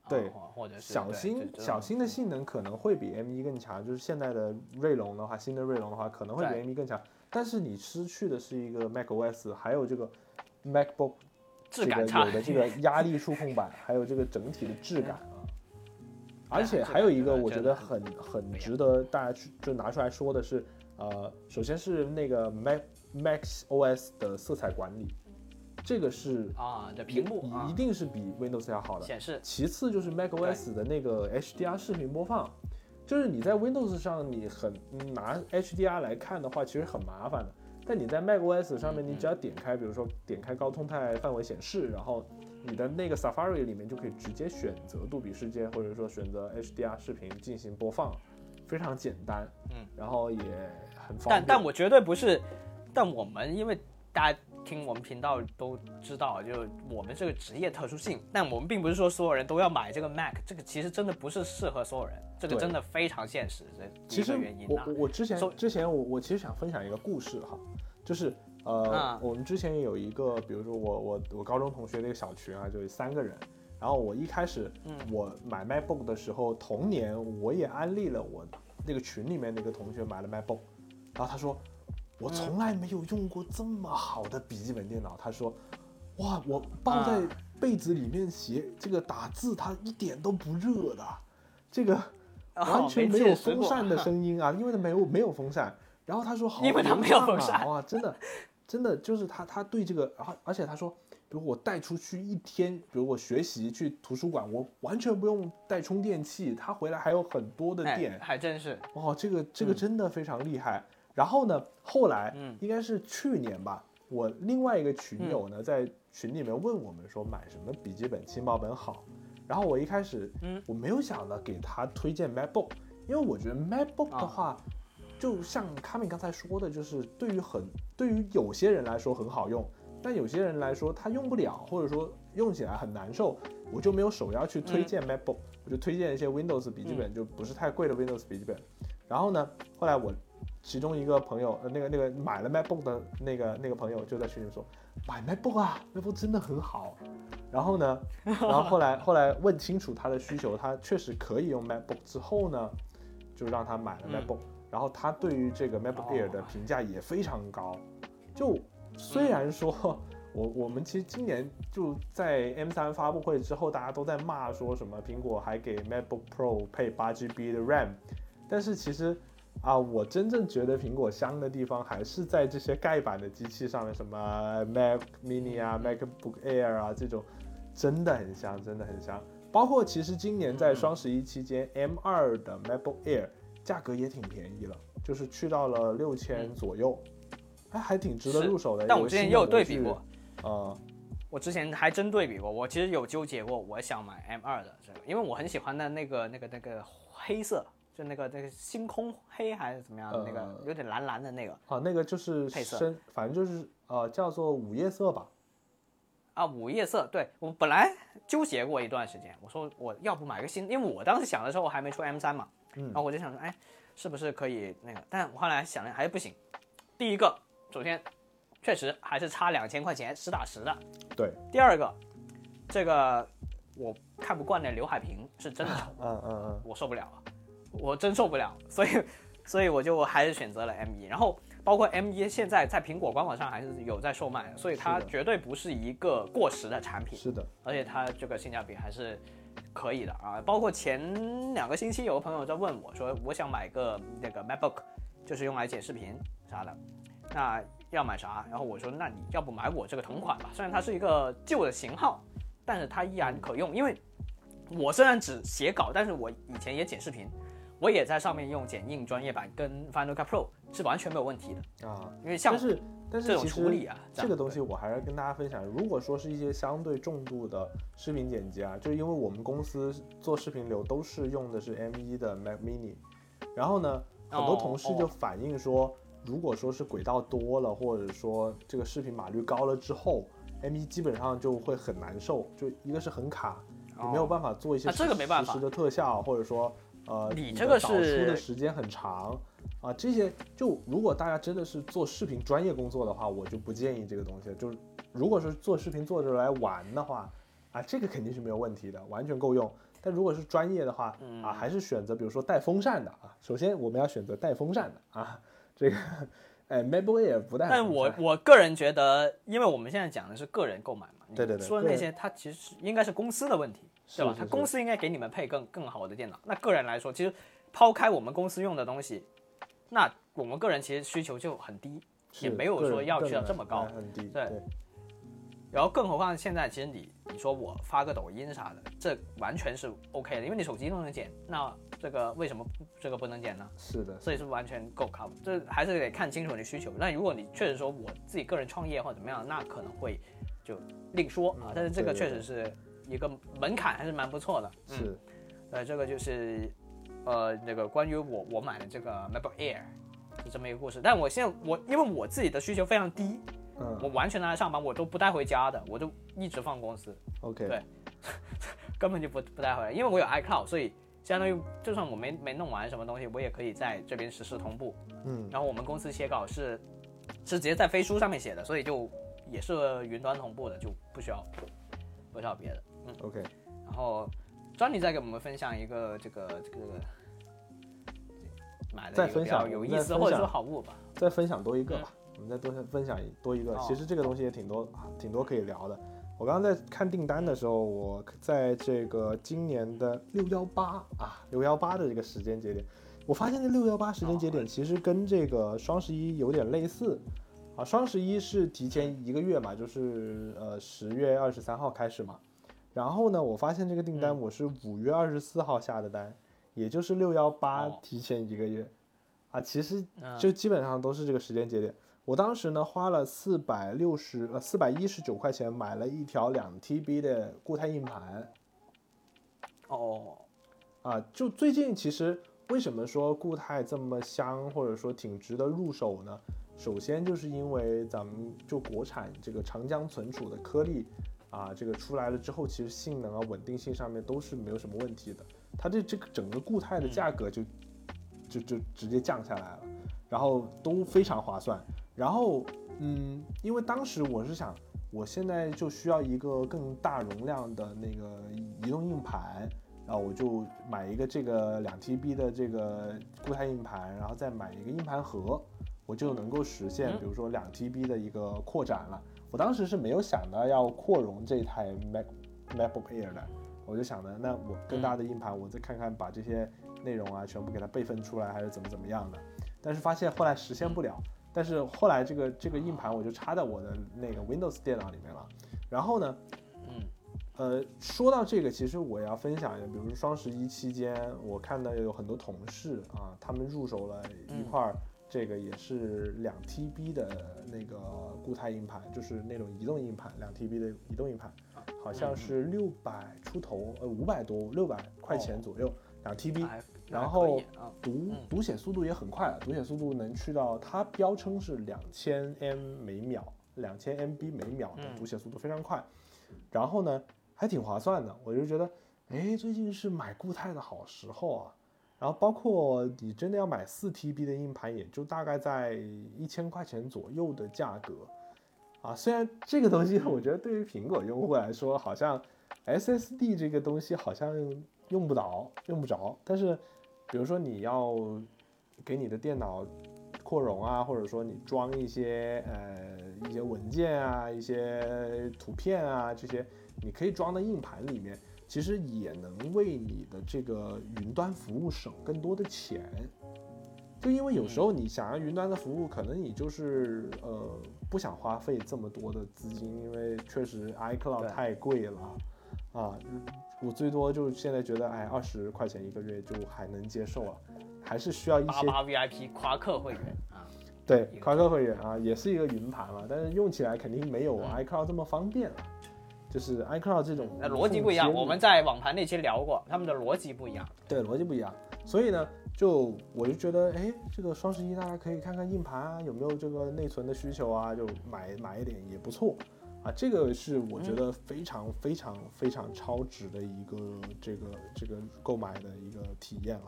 啊
对
或或者是
小
对
新
就嗯
小新的性能可能会比 M1 更强，就是现在的锐龙的话，新的锐龙的话可能会比
对
M1 更强，但是你失去的是一个 macOS，还有这个 MacBook
质
这个
感差
有的这个压力触控板，还有这个整体的质感啊。而
啊
且还有一个我觉得很很值得大家去就拿出来说的是，呃，首先是那个 Mac Mac OS 的色彩管理，这个是
啊，对屏幕
一
啊
一定是比 Windows 要好的。
显示
其次就是 macOS 的那个 HDR 视频播放，就是你在 Windows 上你很嗯拿 HDR 来看的话，其实很麻烦的。但你在 macOS 上
嗯
面，你只要点开，比如说点开高通态范围显示，然后你的那个 Safari 里面就可以直接选择杜比世界，或者说选择 HDR 视频进行播放，非常简单，
嗯，
然后也很方便
但。但我绝对不是，但我们因为大家听我们频道都知道，就我们这个职业特殊性，但我们并不是说所有人都要买这个 Mac，这个其实真的不是适合所有人，这个
对
真的非常现实，这
其
一个
实
原因
我
啊
我。我之前
So-
之前我我其实想分享一个故事哈，就是呃、
啊
我们之前有一个，比如说我我我高中同学的一个小群啊，就有三个人。然后我一开始
嗯
我买 MacBook 的时候，同年我也安利了我那个群里面那个同学买了 MacBook，然后他说我
嗯
从来没有用过这么好的笔记本电脑，他说哇，我抱在
啊
被子里面写这个打字，它一点都不热的，这个。
哦
完全没有风 扇的声音啊，因为它没有没有风扇。然后他说好，
因为它没有风扇
啊，哇 真的，真的就是他他对这个，然后而且他说，比如我带出去一天，比如我学习去图书馆，我完全不用带充电器，他回来还有很多的
哎嗯
电，
还真是
哦，这个这个真的非常厉害。然后呢，后来
嗯
应该是去年吧，我另外一个群友呢在群里面问我们说买什么笔记本轻薄本好，然后我一开始
嗯
我没有想到给他推荐 MacBook，因为我觉得 MacBook 的
啊
话，就像卡米刚才说的，就是对于很对于有些人来说很好用，但有些人来说他用不了，或者说用起来很难受，我就没有首要去推荐 MacBook，、我就推荐一些 Windows 笔记本，就不是太贵的 Windows 笔记本。然后呢，后来我其中一个朋友，呃，那个那个买了 MacBook 的那个那个朋友就在群里说，买 MacBook 啊，MacBook 真的很好。然后呢，然后后来后来问清楚他的需求，他确实可以用 MacBook 之后呢，就让他买了
嗯
MacBook、然后他对于这个 MacBook Air 的评价也非常高。就虽然说。 我我们其实今年就在 M 3发布会之后，大家都在骂说什么苹果还给 MacBook Pro 配8 GB 的 RAM，但是其实啊，我真正觉得苹果香的地方还是在这些盖板的机器上面，什呃
嗯
么 Mac Mini 啊、MacBook Air 啊这种，真的很香，真的很香。包括其实今年
嗯
在双十一期间，M 二的 MacBook Air 价格也挺便宜了，就是去到了六千左右，哎，还挺值得
嗯是
入手的。
但我之前也有对比过，，
呃，
我之前还真对比过，我其实有纠结过，我想买 M 二的这个，因为我很喜欢的那个那个那个黑色，就那个那个星空黑还是怎么样的那个
呃，
有点蓝蓝的那个
啊，那个就是
配色
深，反正就是呃，叫做午夜色吧。
啊，午夜色。对我本来纠结过一段时间，我说我要不买个新，因为我当时想的时候我还没出 M 三嘛，
嗯
然后我就想说，哎，是不是可以那个？但我后来想了，还是不行。第一个，首先确实还是差两千块钱，实打实的。
对，
第二个，这个我看不惯那刘海屏是真的 丑，
嗯嗯嗯，
我受不了了，我真受不了，所以所以我就还是选择了 M 一，然后。包括 M 一现在在苹果官网上还是有在售卖的，所以它
是的
绝对不是一个过时的产品。
是的，
而且它这个性价比还是可以的啊。包括前两个星期有个朋友在问我说，我想买个那个 MacBook，就是用来剪视频啥的，那要买啥？然后我说，那你要不买我这个同款吧，虽然它是一个旧的型号，但是它依然可用，因为我虽然只写稿，但是我以前也剪视频。我也在上面用剪映专业版跟 Final Cut Pro 是完全没有问题的，
啊，
因为像
但是但
这
是
种
其
处
实
理啊，
这个东西我还是跟大家分享，如果说是一些相对重度的视频剪辑啊，就是因为我们公司做视频流都是用的是 M1 的 Mac Mini，然后呢，很多
哦
同事
哦
就反映说，如果说是轨道多了，或者说这个视频码率高了之后，M1 基本上就会很难受，就一个是很卡，你没有
哦
办法做一些
啊这个没办法
实时的特效，或者说呃，
你
的
这个
导
是
出的时间很长啊，这些就如果大家真的是做视频专业工作的话，我就不建议这个东西。就是如果是做视频做着来玩的话，啊，这个肯定是没有问题的，完全够用。但如果是专业的话，
嗯
啊，还是选择比如说带风扇的啊。首先我们要选择带风扇的啊，这个，哎，MacBook Air 不带风扇。
但我我个人觉得，因为我们现在讲的是个人购买嘛，你
对对对
说的
个
那
人
些，它其实应该是公司的问题，对吧？
是
它
是
公司应该给你们配更更好的电脑。那个人来说，其实抛开我们公司用的东西，那我们个人其实需求就很低，
是
也没有
个
说
人
要
更
去到
难
这么高
哎。很低，
对然后更何况现在其实你你说我发个抖音啥的，这完全是 OK 的，因为你手机都能剪，那这个为什么不这个不能剪呢？
是的，
所以是完全够 cover，这还是得看清楚你的需求。那如果你确实说我自己个人创业或者怎么样，那可能会就另说啊。但是这个
嗯对
确
对
实是一个门槛，还是蛮不错的。嗯，
是
呃，这个就是呃那个关于我我买的这个 MacBook Air 是这么一个故事。但我现在我因为我自己的需求非常低，我
嗯
完全拿来上班，我都不带回家的，我就一直放公司。
，OK，
对根本就不不带回来，因为我有 iCloud，所以相当于就算我没没弄完什么东西，我也可以在这边实时同步。
嗯，
然后我们公司写稿是是直接在飞书上面写的，所以就也是云端同步的，就不需要不需要别的。
OK，
然后专 y 再给我们分享一个这个这个这个买的
再
一个
分
比较
享
有
我们
意
再
思
分
或者
享
说好物吧。
再分享多一个
嗯
吧，我们再多分享一多一个。
哦
其实这个东西也挺多，啊挺多可以聊的。我刚刚在看订单的时候，我在这个今年的六幺八啊，六幺八的这个时间节点，我发现这六幺八时间节点其实跟这个双十一有点类似啊。双十一是提前一个月嘛，就是呃十月二十三号开始嘛。然后呢，我发现这个订
嗯
单我是五月二十四号下的单，也就是六幺八
哦
提前一个月啊。其实
嗯，
就基本上都是这个时间节点。我当时呢花了四百六十呃四百一十九块钱买了一条两 TB 的固态硬盘
哦，
啊，就最近其实为什么说固态这么香，或者说挺值得入手呢？首先就是因为咱们就国产这个长江存储的颗粒啊，这个出来了之后，其实性能啊、稳定性上面都是没有什么问题的。它这这个整个固态的价格就、就就直接降下来了，然后都非常划算。然后嗯，因为当时我是想，我现在就需要一个更大容量的那个移动硬盘。然啊后我就买一个这个两 TB 的这个固态硬盘，然后再买一个硬盘盒，我就能够实现，
嗯
比如说两 TB 的一个扩展了。我当时是没有想到要扩容这台 Mac MacBook Air 的，我就想着，那我更大的硬盘，我再看看把这些内容啊全部给它备份出来，还是怎么怎么样的。但是发现后来实现不了，但是后来这个这个硬盘我就插在我的那个 Windows 电脑里面了。然后呢，
嗯，
呃，说到这个，其实我也要分享一下，比如双十一期间，我看到有很多同事啊，他们入手了一块儿这个也是两 TB 的那个固态硬盘，就是那种移动硬盘，两 TB 的移动硬盘，好像是六百出头，呃，五百多，六百块钱左右，两 TB，
哎
然
那可
后
以啊，
读
嗯
读写速度也很快了，啊读写速度能去到它标称是两千 m 每秒，两千 MB 每秒的
嗯
读写速度非常快。然后呢，还挺划算的，我就觉得，哎，最近是买固态的好时候啊。然后包括你真的要买四 TB 的硬盘，也就大概在一千块钱左右的价格。啊，虽然这个东西我觉得对于苹果用户来说，好像 SSD 这个东西好像用不着，用不着，但是比如说你要给你的电脑扩容啊，或者说你装一些呃一些文件啊、一些图片啊这些，你可以装到硬盘里面，其实也能为你的这个云端服务省更多的钱。就因为有时候你想要云端的服务，可能你就是呃不想花费这么多的资金，因为确实 iCloud
对
太贵了啊。我最多就现在觉得，哎，二十块钱一个月就还能接受了，还是需要一
八
些
八 VIP 夸克会员啊，
对
一个
夸克会员啊，也是一个云盘嘛，但是用起来肯定没有
嗯
iCloud 这么方便了。就是 iCloud 这种
那逻辑不一样。
无缝接入
我们在网盘那期聊过，他们的逻辑不一样。
对逻辑不一样，所以呢，就我就觉得，哎，这个双十一大家可以看看硬盘啊，有没有这个内存的需求啊，就买买一点也不错啊。这个是我
嗯
觉得非常非常非常超值的一个这个这个购买的一个体验了、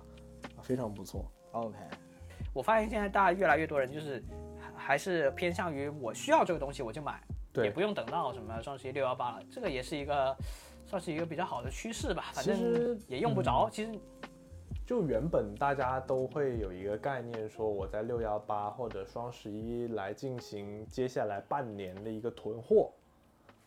啊，非常不错。
OK，
我发现现在大家越来越多人就是还还是偏向于我需要这个东西我就买，
对
也不用等到什么双十一、六幺八了，这个也是一个算是一个比较好的趋势吧。反
其实嗯
正也用不着，其实
就原本大家都会有一个概念，说我在六幺八或者双十一来进行接下来半年的一个囤货，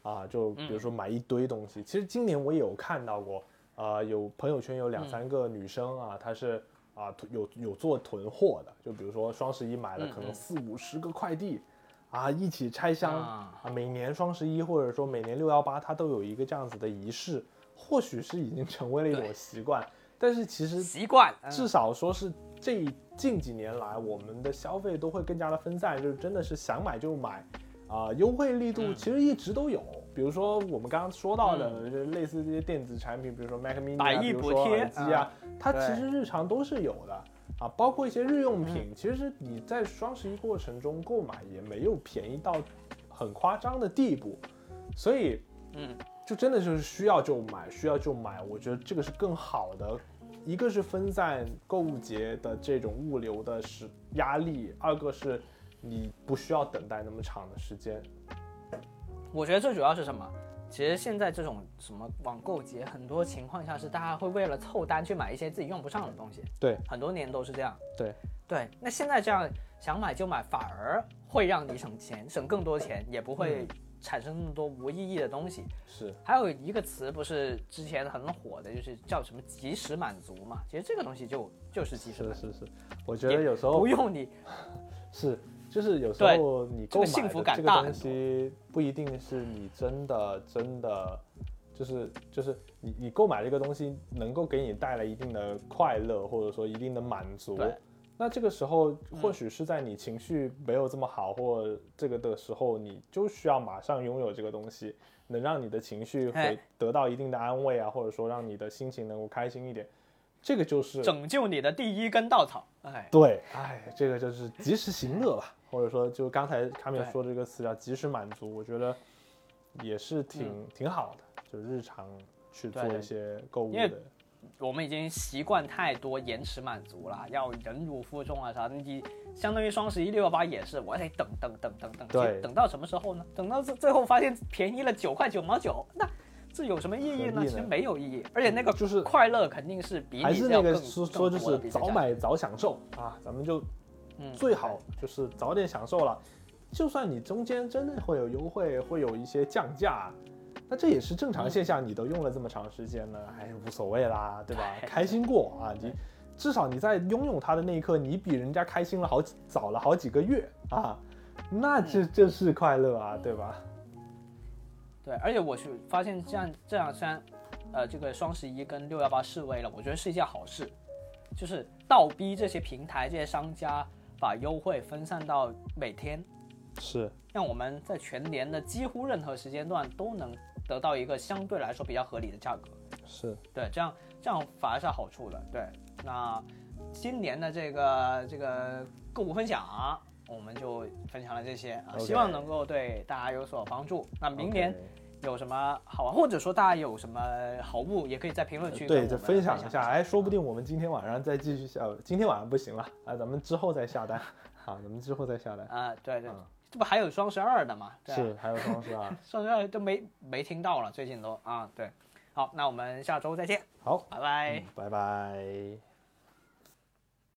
啊，就
嗯
比如说买一堆东西。其实今年我也有看到过，啊，有朋友圈
嗯
有两三个女生啊，她是啊囤有有做囤货的，就比如说双十一买了
嗯
可能
嗯
四五十个快递，啊，一起拆箱
啊
啊，每年双十一或者说每年六幺八，它都有一个这样子的仪式，或许是已经成为了一种
对
习惯。但是其实
习惯。嗯
至少说是这近几年来，我们的消费都会更加的分散，就是真的是想买就买，啊、优惠力度
嗯
其实一直都有。比如说我们刚刚说到的，就是类似这些电子产品，比如说 Mac mini 啊，
百
比
亿
如
补
说
贴
耳机啊，它
对
其实日常都是有的啊，包括一些
嗯
日用品，其实你在双十一过程中购买也没有便宜到很夸张的地步，所以
嗯，
就真的就是需要就买，需要就买。我觉得这个是更好的，一个是分散购物节的这种物流的是压力，二个是你不需要等待那么长的时间。
我觉得最主要是什么？其实现在这种什么网购节，很多情况下是大家会为了凑单去买一些自己用不上的东西。
对，
很多年都是这样。
对
对，那现在这样想买就买，反而会让你省钱，省更多钱，也不
嗯
会产生那么多无意义的东西。
是
还有一个词不是之前很火的，就是叫什么及时满足嘛？其实这个东西就就是及时
是
满足，
是是，我觉得有时候
不用你
是，就是有时
对
候你
这
购
个
买
幸
的
福感
这个
大
东
很多
西不一定是你真的真的，就是就是你你购买这个东西能够给你带来一定的快乐，或者说一定的满足
对。
那这个时候，或许是在你情绪没有这么好，或这个的时候，你就需要马上拥有这个东西，能让你的情绪会
哎
得到一定的安慰啊，或者说让你的心情能够开心一点。这个就是
拯救你的第一根稻草。哎，
对，哎，这个就是及时行乐吧，或者说就刚才卡米
对
说这个词叫及时满足，我觉得也是挺、挺好的，就日常去做
嗯对对
一些购物
因为
的，
我们已经习惯太多延迟满足了，要忍辱负重啊啥的。你相当于双十一、六幺八也是，我得等等等等等，
对
其实等到什么时候呢？等到最最后发现便宜了九块九毛九，那这有什么意义
何必呢
呢？其实没有意义，而且那个
就是
快乐肯定是比
还
你
是
要更
那个说
更
说就
多的
是
比这
早
家
买早享受啊，咱们就
嗯
最好就是早点享受了，就算你中间真的会有优惠，会有一些降价。那这也是正
嗯
常现象，你都用了这么长时间了，哎，无所谓啦，对吧？
对
开心过啊，你至少你在拥有它的那一刻，你比人家开心了好几早了好
嗯
几个月啊，那这这是快乐啊，对吧？
对，而且我是发现这样这两虽然，呃，这个双十一跟六幺八示威了，我觉得是一件好事，就是倒逼这些平台、这些商家把优惠分散到每天，嗯
是
让我们在全年的几乎任何时间段都能得到一个相对来说比较合理的价格。
是，
对，这样这样反而是好处的。对，那今年的这个这个购物分享啊，我们就分享了这些啊
OK
希望能够对大家有所帮助。那明年有什么好玩，或者说大家有什么好物，也可以在评论区跟
对，
我
就
们
分享
享
一下，哎，说不定我们今天晚上再继续下，呃今天晚上不行了啊，咱们之后再下单， 好，咱们之后再下单，
啊、对对，
嗯
这不还有双十二的嘛？对啊
是，还有双十二，
双十二都没没听到 了，最近都啊，对。好，那我们下周再见，
好，嗯
拜拜。
拜拜。